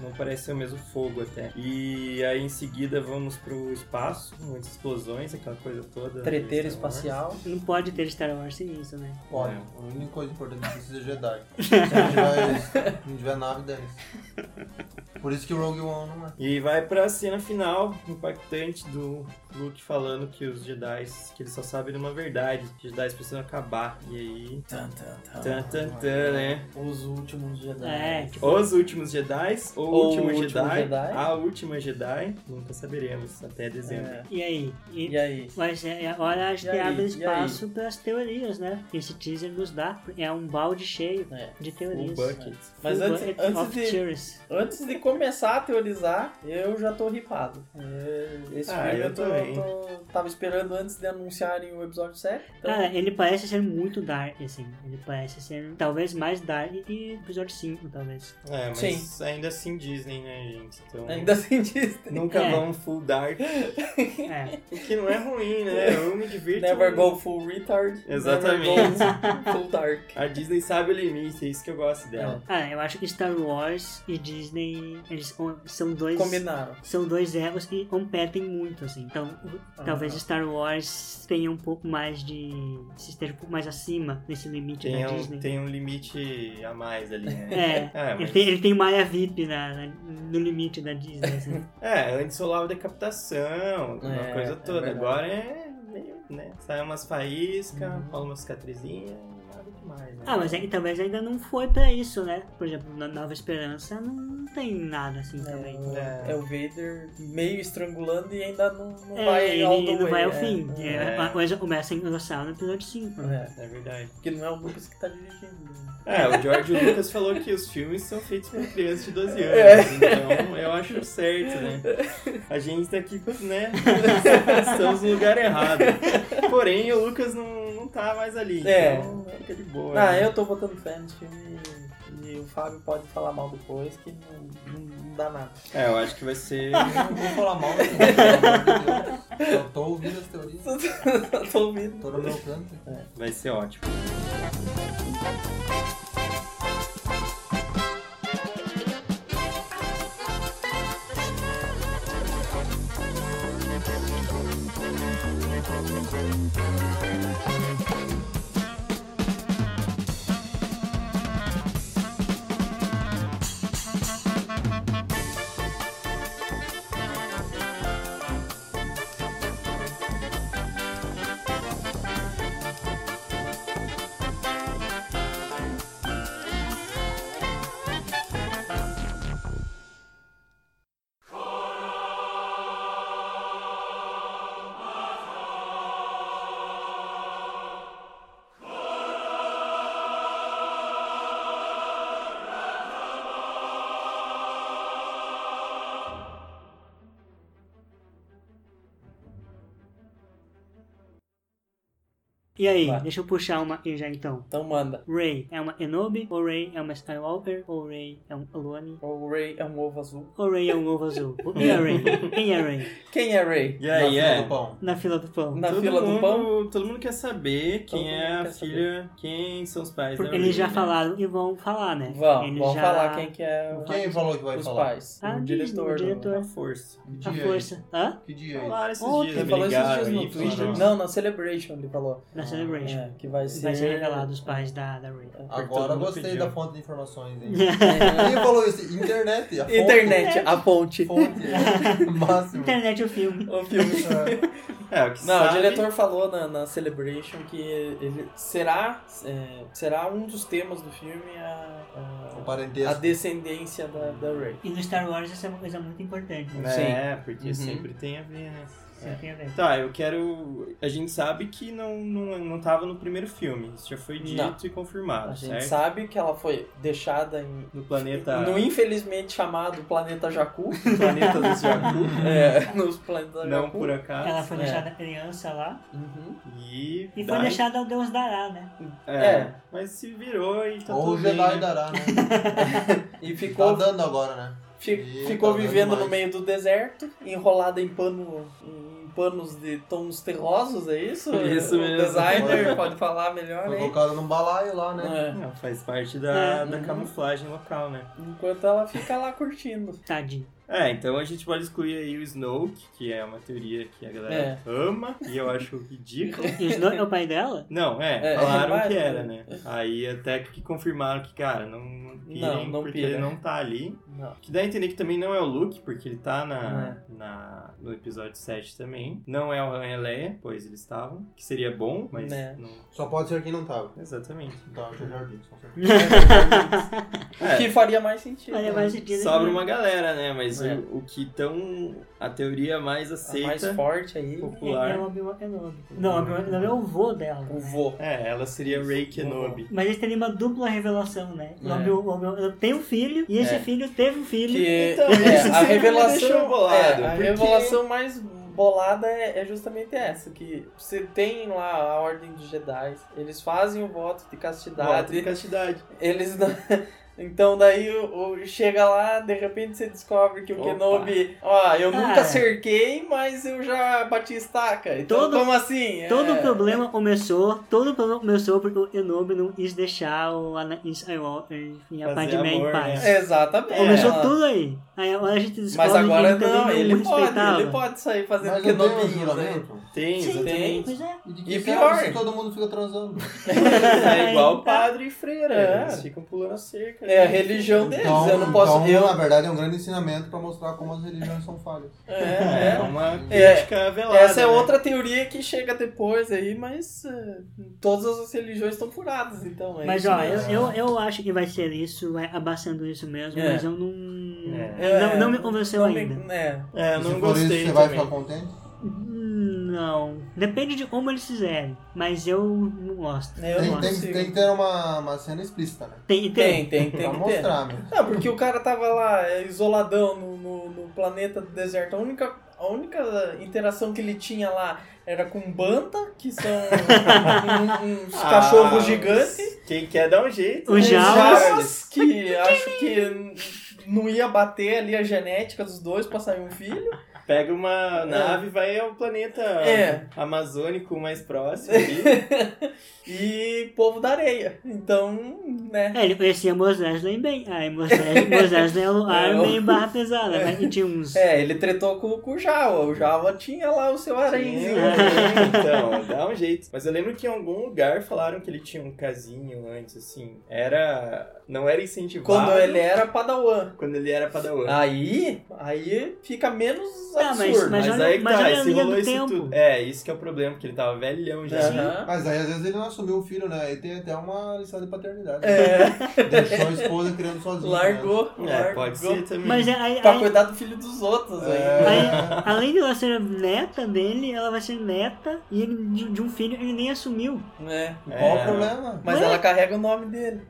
S3: não parece ser o mesmo fogo até. E aí em seguida vamos pro espaço, muitas explosões, aquela coisa toda.
S4: Treteiro
S3: Star Wars.
S4: espacial.
S2: Não pode ter Star Wars sem isso, né?
S1: Olha,
S3: É.
S1: a única coisa importante que precisa é Jedi. Se não tiver, isso, não tiver nave, dane Por isso que o Rogue One não é.
S3: E vai pra cena final, impactante, do Luke falando que os Jedi, que eles só sabem de uma verdade, que os Jedi precisam acabar. E aí.
S4: Tan, tan, tan.
S3: Tan, tan, tan, né?
S4: Os últimos Jedi.
S2: É, tipo,
S3: Os últimos Jedi, ou o
S4: Ou
S3: último,
S4: o último
S3: Jedi,
S4: Jedi.
S3: a última Jedi, nunca saberemos até dezembro.
S4: É.
S2: e aí? E-
S4: E aí?
S2: Mas é, agora acho
S4: E
S2: que
S4: aí?
S2: abre
S4: E
S2: espaço para as teorias, né? Esse teaser nos dá. É um balde cheio
S4: É.
S2: de
S3: O
S2: teorias.
S3: Bucket.
S4: Mas
S2: Full
S4: antes,
S2: bucket
S4: antes,
S2: of
S4: de,
S2: theories.
S4: antes de começar a teorizar, eu já tô ripado. É, Esse
S3: Ah,
S4: filme
S3: eu
S4: eu, tô,
S3: também.
S4: tô- tava esperando antes de anunciarem o episódio 7. Então,
S2: Cara, ele parece ser muito dark, assim. Ele parece ser talvez mais dark que episódio 5, talvez.
S3: É, mas
S4: Sim.
S3: ainda assim Disney, né, gente? Então.
S4: ainda assim diz.
S3: Nunca
S2: É.
S3: vão full dark,
S2: É.
S3: o que não é ruim, né? Eu me divirto.
S4: Never go full retard.
S3: Exatamente.
S4: Never go full dark.
S3: A Disney sabe o limite, é isso que eu gosto dela.
S2: Ah, eu acho que Star Wars e Disney, eles on- são dois.
S4: É, Combinaram.
S2: São dois erros que competem muito, assim. Então, o- talvez Star Wars tenha um pouco mais de. se esteja um pouco mais acima desse limite
S3: Tem
S2: da
S3: um,
S2: É. Disney.
S3: tem um limite a mais ali, né?
S2: É.
S3: É,
S2: Ele
S3: mas,
S2: tem, ele tem uma área VIP na, na- no limite da Disney, assim.
S3: é antes rolava decapitação, uma
S4: É,
S3: coisa
S4: é
S3: toda.
S4: verdade.
S3: Agora é meio, né? Sai umas faíscas, rola uma cicatrizinha, nada demais, né?
S2: Ah, mas é que talvez ainda não foi pra isso, né? Por exemplo, na Nova Esperança não tem nada assim também.
S4: É, é o Vader meio estrangulando e ainda não, não
S2: É,
S4: vai
S2: ele
S4: all the
S2: não
S4: way,
S2: vai ao
S4: é.
S2: fim.
S4: É.
S2: É, a coisa começa em Dinossauro no episódio 5.
S4: É,
S3: É verdade.
S4: Porque não é o Lucas que tá dirigindo.
S3: É, o George Lucas falou que os filmes são feitos por crianças de 12 anos,
S4: É.
S3: então eu acho certo, né? A gente tá aqui, né? Estamos no lugar errado. Porém, o Lucas não, não tá mais ali,
S4: É.
S3: então fica de boa.
S4: Ah,
S3: né?
S4: eu tô botando fé nesse filme e- e o Fábio pode falar mal depois, que não, não- não dá nada.
S3: É, eu acho que vai ser.
S1: Eu não vou falar mal, mas, pelo amor de Deus, eu tô ouvindo as teorias,
S4: tô ouvindo.
S1: tô no meu canto.
S3: Vai ser ótimo.
S2: E aí,
S4: Vai.
S2: deixa eu puxar uma aqui já então.
S4: Então manda.
S2: Ray é uma Enobi, ou Ray é uma Skywalker, ou Ray é um Alone,
S4: O Ray é um ovo azul.
S2: ou Ray é um ovo azul. Quem é Ray? Quem é Ray?
S4: Quem é Ray?
S3: E aí, é.
S1: do pão.
S2: Na fila do pão.
S4: Na fila do pão?
S3: Todo mundo quer saber
S4: Todo
S3: quem
S4: mundo
S3: é a
S4: quer saber.
S3: filha, quem são os pais da
S2: Porque eles já
S3: Ray, né?
S2: falaram e vão falar, né?
S4: Vamos,
S2: eles
S4: vamos
S2: já...
S4: falar quem que é o-
S1: Quem falou que vai
S4: os
S1: falar?
S4: pais.
S2: Ah,
S4: o
S2: Disney,
S4: diretor.
S2: o diretor.
S3: A força.
S1: Que dia
S2: A
S1: é esse?
S2: força. Hã?
S1: Que dia é esse?
S3: Falaram esses
S2: Ontem,
S3: dias,
S4: Ele
S3: me
S4: falou esses dias
S3: ligaram
S4: no
S3: e falaram.
S4: Twitter. Não, na Celebration ele falou.
S2: Na Celebration.
S4: É, que vai ser...
S2: Vai ser revelado os pais da, da Ray.
S1: Agora
S3: Todo mundo
S1: gostei
S3: pediu.
S1: da fonte de informações, hein?
S4: é.
S1: Quem falou isso? Internet. A fonte,
S4: Internet, a
S2: né?
S4: ponte.
S1: Fonte. Máximo.
S2: Internet o filme.
S4: O filme.
S3: É, o que
S4: Não,
S3: sabe-
S4: o diretor falou na, na Celebration que ele será, é, será um dos temas do filme
S1: O
S4: a, a, a
S1: É. Um parentesco.
S4: descendência da,
S3: Hum.
S4: da Ray.
S2: E no Star Wars isso é uma coisa muito importante. Né?
S3: É, porque
S1: Uhum.
S3: sempre tem a ver, né?
S2: Isso tem a ver.
S3: Tá, eu quero. A gente sabe que não, não, não tava no primeiro filme. Isso já foi dito
S4: Não.
S3: e confirmado,
S4: A gente
S3: Tá certo?
S4: sabe que ela foi deixada em,
S3: No planeta.
S4: no infelizmente chamado planeta Jakku.
S3: planeta do Jacu.
S4: é, nos planetas
S3: Não
S4: Jakku.
S3: por acaso.
S2: Ela foi
S4: É.
S2: deixada criança lá
S4: Uhum.
S3: E.
S2: e foi
S3: daí-
S2: deixada ao Deus dará, né?
S3: É,
S4: É.
S3: Mas se virou e tá
S1: Ou o
S3: tudo bem.
S1: Jedi
S3: né?
S1: dará, né?
S4: E
S1: Tá
S4: ficou,
S1: dando agora, né?
S4: fi-
S1: Ih,
S4: ficou
S1: tá dando
S4: vivendo no
S1: mais.
S4: meio do deserto, enrolada em pano. Em panos de tons terrosos, é isso?
S3: Isso
S4: O
S3: mesmo.
S4: designer pode falar melhor,
S1: Foi
S4: hein?
S1: colocado num balaio lá, né?
S4: É.
S3: Não, faz parte da,
S4: É,
S3: da
S4: uhum.
S3: camuflagem local, né?
S4: Enquanto ela fica lá curtindo.
S2: Tadinho.
S3: É, então a gente pode excluir aí o Snoke, que é uma teoria que a galera
S4: É.
S3: ama, e eu acho ridículo.
S2: E o Snoke é o pai dela?
S3: Não, é,
S4: É,
S3: falaram
S4: vai,
S3: que era,
S4: vai.
S3: né? Aí até que confirmaram que, cara, não, não pirem,
S4: Não, não
S3: porque
S4: pira.
S3: ele não tá ali.
S4: Não.
S3: Que dá a entender que também não é o Luke, porque ele tá
S4: é.
S3: na, na- no episódio 7 também. Não é o Han e a Leia, pois eles estavam, que seria bom, mas
S4: Né.
S3: não...
S1: Só pode ser quem não tá. tava.
S3: Exatamente.
S1: Então, o Jar Binks, com certeza.
S3: É.
S4: O que faria mais sentido.
S2: Olha,
S4: né?
S2: é mais sentido que-
S3: Sobra uma galera, né? Mas
S4: É.
S3: o, o que tão... A teoria mais
S4: A Tá mais
S3: aceita...
S4: forte
S2: É,
S4: aí.
S2: é o
S3: popular.
S2: Obi-Wan Kenobi. Não, o Obi-Wan Kenobi é o vô dela.
S4: O
S2: né?
S4: vô.
S3: É, ela seria Rey Kenobi.
S2: Mas eles teriam uma dupla revelação, né? O
S4: É.
S2: Obi- o Obi-Wan Kenobi tem um filho e esse
S3: É.
S2: filho teve um filho.
S4: Que
S3: Então,
S4: é,
S3: isso
S4: a
S3: sempre me deixou
S4: revelação.
S3: bolado,
S4: é, a
S3: porque-
S4: revelação mais bolada é, é justamente essa. Que você tem lá a ordem dos Jedi, eles fazem o voto de
S3: Voto
S4: castidade.
S3: de castidade.
S4: Eles não- Então daí o, o- chega lá, de repente você descobre que o
S3: Opa.
S4: Kenobi, ó, eu
S2: Ah.
S4: nunca cerquei, mas eu já bati estaca. Então
S2: Todo-
S4: como assim?
S2: Todo
S4: É.
S2: problema começou, todo problema começou porque o Enobi não quis deixar o Anakin Skywalker e a
S3: Fazer
S2: Padmé em
S3: amor,
S2: paz.
S3: né?
S4: Exatamente.
S2: Começou
S4: Ela-
S2: tudo aí. Aí agora a gente descobre
S4: É. Mas agora
S2: que ele
S4: não,
S2: Tipo, também
S4: ele pode,
S2: respeitava.
S4: ele pode sair fazendo né?
S1: Mas não tem um
S4: kenobinhos aí.
S1: juramento?
S3: Tem,
S2: Sim,
S4: Exatamente.
S2: pois é.
S1: E de
S4: E
S1: que
S4: pior.
S1: pior. se todo mundo fica transando?
S3: É igual
S2: Aí
S3: o
S2: tá.
S3: padre e freira.
S4: É.
S3: Eles ficam pulando a cerca.
S4: É a
S3: né?
S4: religião deles,
S1: Então,
S4: eu não posso.
S1: então,
S4: eu,
S1: na verdade, é um grande ensinamento pra mostrar como as religiões são falhas.
S3: É,
S4: é,
S3: uma
S4: É.
S3: crítica velada.
S4: é. Essa é
S3: né?
S4: outra teoria que chega depois aí, mas eh, todas as religiões estão furadas, então. É
S2: Mas
S4: isso
S2: ó, eu,
S4: mesmo.
S2: eu, eu acho que vai ser isso, vai abaçando isso mesmo,
S4: É.
S2: mas eu não.
S3: É.
S2: Não, não me convenceu
S4: não me-
S2: ainda.
S4: é.
S3: É, eu
S1: se
S3: não
S1: for isso,
S3: gostei.
S1: você vai
S3: também.
S1: ficar contente?
S2: Não. Depende de como eles fizerem, mas eu não gosto.
S4: É, eu
S2: não
S1: Tem,
S2: gosto.
S1: tem,
S4: consigo.
S1: tem que ter uma, uma cena explícita, né?
S2: Tem, tem.
S4: Tem, tem, tem
S1: Pra
S4: que ter.
S1: mostrar, né? mesmo.
S4: Não, porque o cara tava lá é, isoladão no, no, no planeta do deserto. A única, a única interação que ele tinha lá era com Banta, que são um- uns
S3: Ah,
S4: cachorros gigantes.
S3: Quem quer dar um jeito.
S2: O
S4: Os
S2: Jawas.
S4: Jawas, que acho que n- não ia bater ali a genética dos dois pra sair um filho.
S3: Pega uma nave e vai ao planeta
S4: É.
S3: amazônico mais próximo. ali.
S4: E povo da areia. Então, né.
S2: É, ele conhecia Mos Eisley bem. Aí Mos Eisley Mos Eisley é um ar
S4: eu-
S2: meio barra pesada, mas que tinha uns.
S4: É, ele tretou com, com o Jawa. O Jawa tinha lá o seu arenzinho.
S3: então, dá um jeito. Mas eu lembro que em algum lugar falaram que ele tinha um casinho antes, assim. Era. Não era incentivado.
S4: Quando ele era Ah, padawan.
S3: Quando ele era padawan.
S4: Aí, aí fica menos
S2: Tá, mas-
S4: absurdo.
S3: Mas,
S2: mas olha-
S3: aí que
S2: mas
S3: tá,
S2: olha a
S3: esse
S2: linha
S3: rolou
S2: do
S3: isso
S2: tempo.
S3: tudo. É, isso que é o problema, porque ele tava velhão já.
S4: Aham.
S1: Mas aí, às vezes, ele não assumiu o filho, né? Ele tem até uma lição de paternidade.
S4: É,
S1: Deixou a esposa criando sozinho. Né?
S4: largou,
S3: É,
S4: largou.
S3: pode ser também.
S2: Mas é, aí,
S4: Pra
S2: aí-
S4: cuidar do filho dos outros né?
S1: É.
S4: ainda.
S2: aí, além de ela ser neta dele, ela vai ser neta e ele, de, de um filho ele nem assumiu.
S4: É.
S1: Qual
S3: É.
S1: o problema?
S4: Mas
S2: Ué?
S4: ela carrega o nome dele.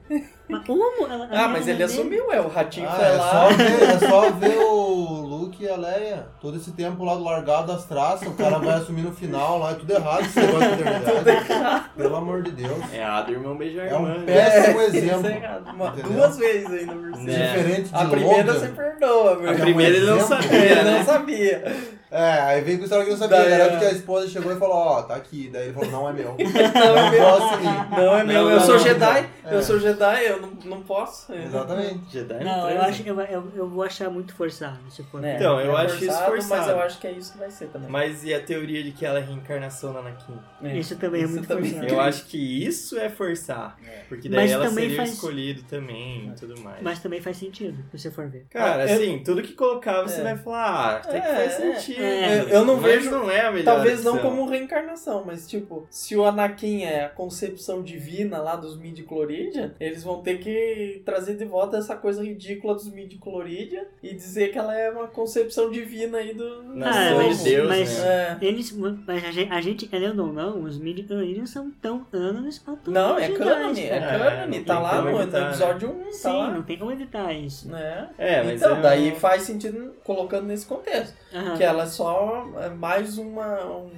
S2: Mas como? Ela,
S4: Ah,
S2: ela
S4: mas
S2: era
S4: ele
S2: dele?
S3: Ah, um
S4: assumiu, é. O ratinho
S1: Ah,
S4: foi
S1: é,
S4: lá.
S1: só ver, é só ver o Luke e a Leia. Todo todo esse tempo lá do largado das traças, o cara vai assumir no final lá, é tudo errado esse negócio de eternidade. Pelo amor de Deus.
S3: É a do irmão beijar
S1: É
S3: irmã. né?
S1: um péssimo
S4: Isso
S1: exemplo.
S4: é errado. Uma-
S1: Entendeu?
S4: duas vezes ainda por cima.
S3: É.
S1: Diferente de
S4: A primeira
S1: Logan.
S4: você perdoa,
S3: A
S4: meu.
S3: primeira ele não
S1: Exemplo.
S3: sabia,
S4: Ele
S3: né?
S4: não sabia.
S1: É, aí vem com a história que eu não sabia.
S4: Daí,
S1: Garanto
S4: é.
S1: que a esposa chegou e falou, ó, tá aqui. Daí ele falou, não é meu.
S4: Não é meu.
S1: posso ir.
S4: Não é meu.
S3: Não,
S4: Eu
S3: não,
S4: sou
S3: não.
S4: Jedi.
S1: É.
S4: Eu sou Jedi, eu não, não posso.
S1: Exatamente.
S3: Jedi
S2: Não, eu
S3: transa.
S2: acho eu, eu, eu vou achar muito forçado se for.
S4: É,
S3: Então, eu
S4: é
S3: acho isso
S4: Mas
S3: forçado.
S4: eu acho que é isso que vai ser também.
S3: Mas e a teoria de que ela é reencarnação da Anakin?
S4: É.
S2: Isso também é muito forçado.
S3: Eu acho que isso é forçar. Porque daí
S2: Mas
S3: ela
S2: também
S3: seria
S2: faz-
S3: escolhido também e tudo mais.
S2: Mas também faz sentido, se você for ver.
S3: Cara,
S4: Ah, Eu-
S3: assim, tudo que colocar você
S4: É.
S3: vai falar, ah, até que
S4: É,
S3: faz
S4: é.
S3: sentido.
S2: É.
S4: Eu- eu não
S3: Mas
S4: vejo-
S3: não é a melhor
S4: Talvez não
S3: opção.
S4: como reencarnação, mas tipo, se o Anakin é a concepção divina lá dos midi-chloridia, eles vão ter que trazer de volta essa coisa ridícula dos midi-chloridia e dizer que ela é uma concepção divina aí do...
S3: Nasceu
S2: Ah,
S3: de
S2: mas-
S3: Deus,
S2: mas-
S3: né?
S4: É.
S2: Eles, mas a gente, a gente, querendo ou não, os midi não são tão anos quanto
S4: Não,
S2: os
S4: é
S2: Jedi,
S4: cânone, é
S2: cara.
S3: É,
S4: cânone,
S3: não
S4: tá
S3: tem
S4: lá
S3: como
S4: no, no
S3: evitar, né?
S4: episódio 1, tá
S2: Sim,
S4: lá.
S2: não tem como evitar isso.
S4: Né?
S3: É, mas
S4: então,
S3: eu-
S4: daí faz sentido colocando nesse contexto,
S2: Aham.
S4: que ela é só é, mais uma, um-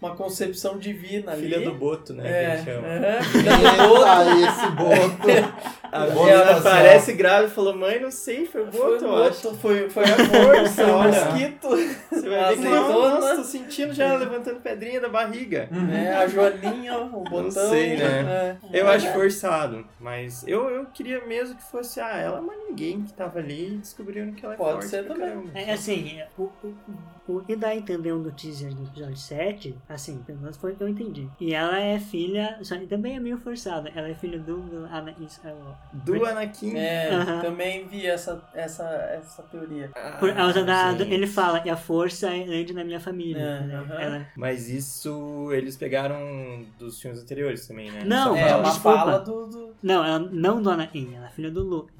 S4: uma concepção divina ali.
S3: Filha do Boto, né? que
S4: é,
S3: ele chama.
S4: é, filha do Boto.
S1: Eita, tá esse boto.
S3: A
S1: Boto
S3: menina
S1: nasceu.
S3: aparece grávida e falou, mãe, não sei, foi o
S4: Foi
S3: Boto, eu acho.
S4: boto, foi, foi a força, o
S3: Olha.
S4: mosquito,
S3: Você
S4: a
S3: vai ver que um
S4: azeitona.
S3: nossa, tô sentindo já
S4: É.
S3: levantando pedrinha da barriga.
S4: né? a joaninha, o botão.
S3: sei, né?
S4: é.
S3: Eu acho forçado, mas eu, eu queria mesmo que fosse ah, ela, mas ninguém que tava ali e descobriram que ela é
S4: Pode
S3: forte
S4: ser
S3: pra
S4: também.
S3: caramba.
S2: É assim, é, o, o, o que dá a entender no teaser um do episódio 7, assim, pelo menos foi o que eu entendi. E ela é filha, só que também é meio forçada, ela é filha do do Anakin Skywalker.
S3: Do Anakin.
S4: É,
S2: Aham.
S4: também vi essa, essa, essa teoria.
S3: Ah,
S2: Por causa da. do-
S3: gente.
S2: ele fala que a força é grande na minha família.
S4: É,
S2: né?
S4: aham.
S2: Ela-
S3: Mas isso eles pegaram dos filmes anteriores também, né?
S2: Não,
S3: Só
S4: é,
S3: fala-
S4: uma
S2: desculpa.
S4: fala do... do-
S2: não, ela não do Anakin, ela é filha do Luke.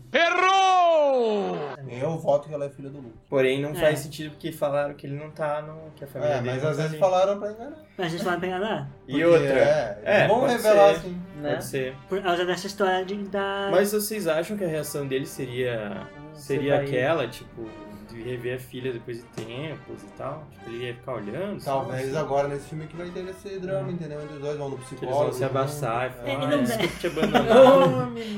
S1: Eu voto que ela é filha do Luke.
S3: Porém, não
S2: É.
S3: faz sentido porque falaram que ele não tá no. que a família
S1: É,
S3: dele
S1: mas
S3: não
S1: às
S3: tá
S1: vezes
S3: ali.
S1: falaram pra enganar.
S2: Mas a gente fala "Ah, pegar lá.
S3: E
S1: Porque,
S3: outra.
S1: É,
S3: É,
S1: vamos
S3: pode
S1: revelar
S3: ser.
S1: assim.
S4: né?
S3: Pode ser.
S2: Por causa dessa história de, da.
S3: Mas vocês acham que a reação dele seria.
S4: Você
S3: seria
S4: vai-
S3: aquela, tipo, de rever a filha depois de tempos e tal? Tipo, ele ia ficar olhando? só
S1: Talvez
S3: assim,
S1: agora nesse filme que vai ter esse drama, entendeu? Entre os dois vão no
S3: que Uhum. Eles vão
S1: psicólogo.
S3: se abraçar e
S1: É,
S3: falar,
S2: não
S3: ah,
S2: dá.
S3: desculpa te abandonar.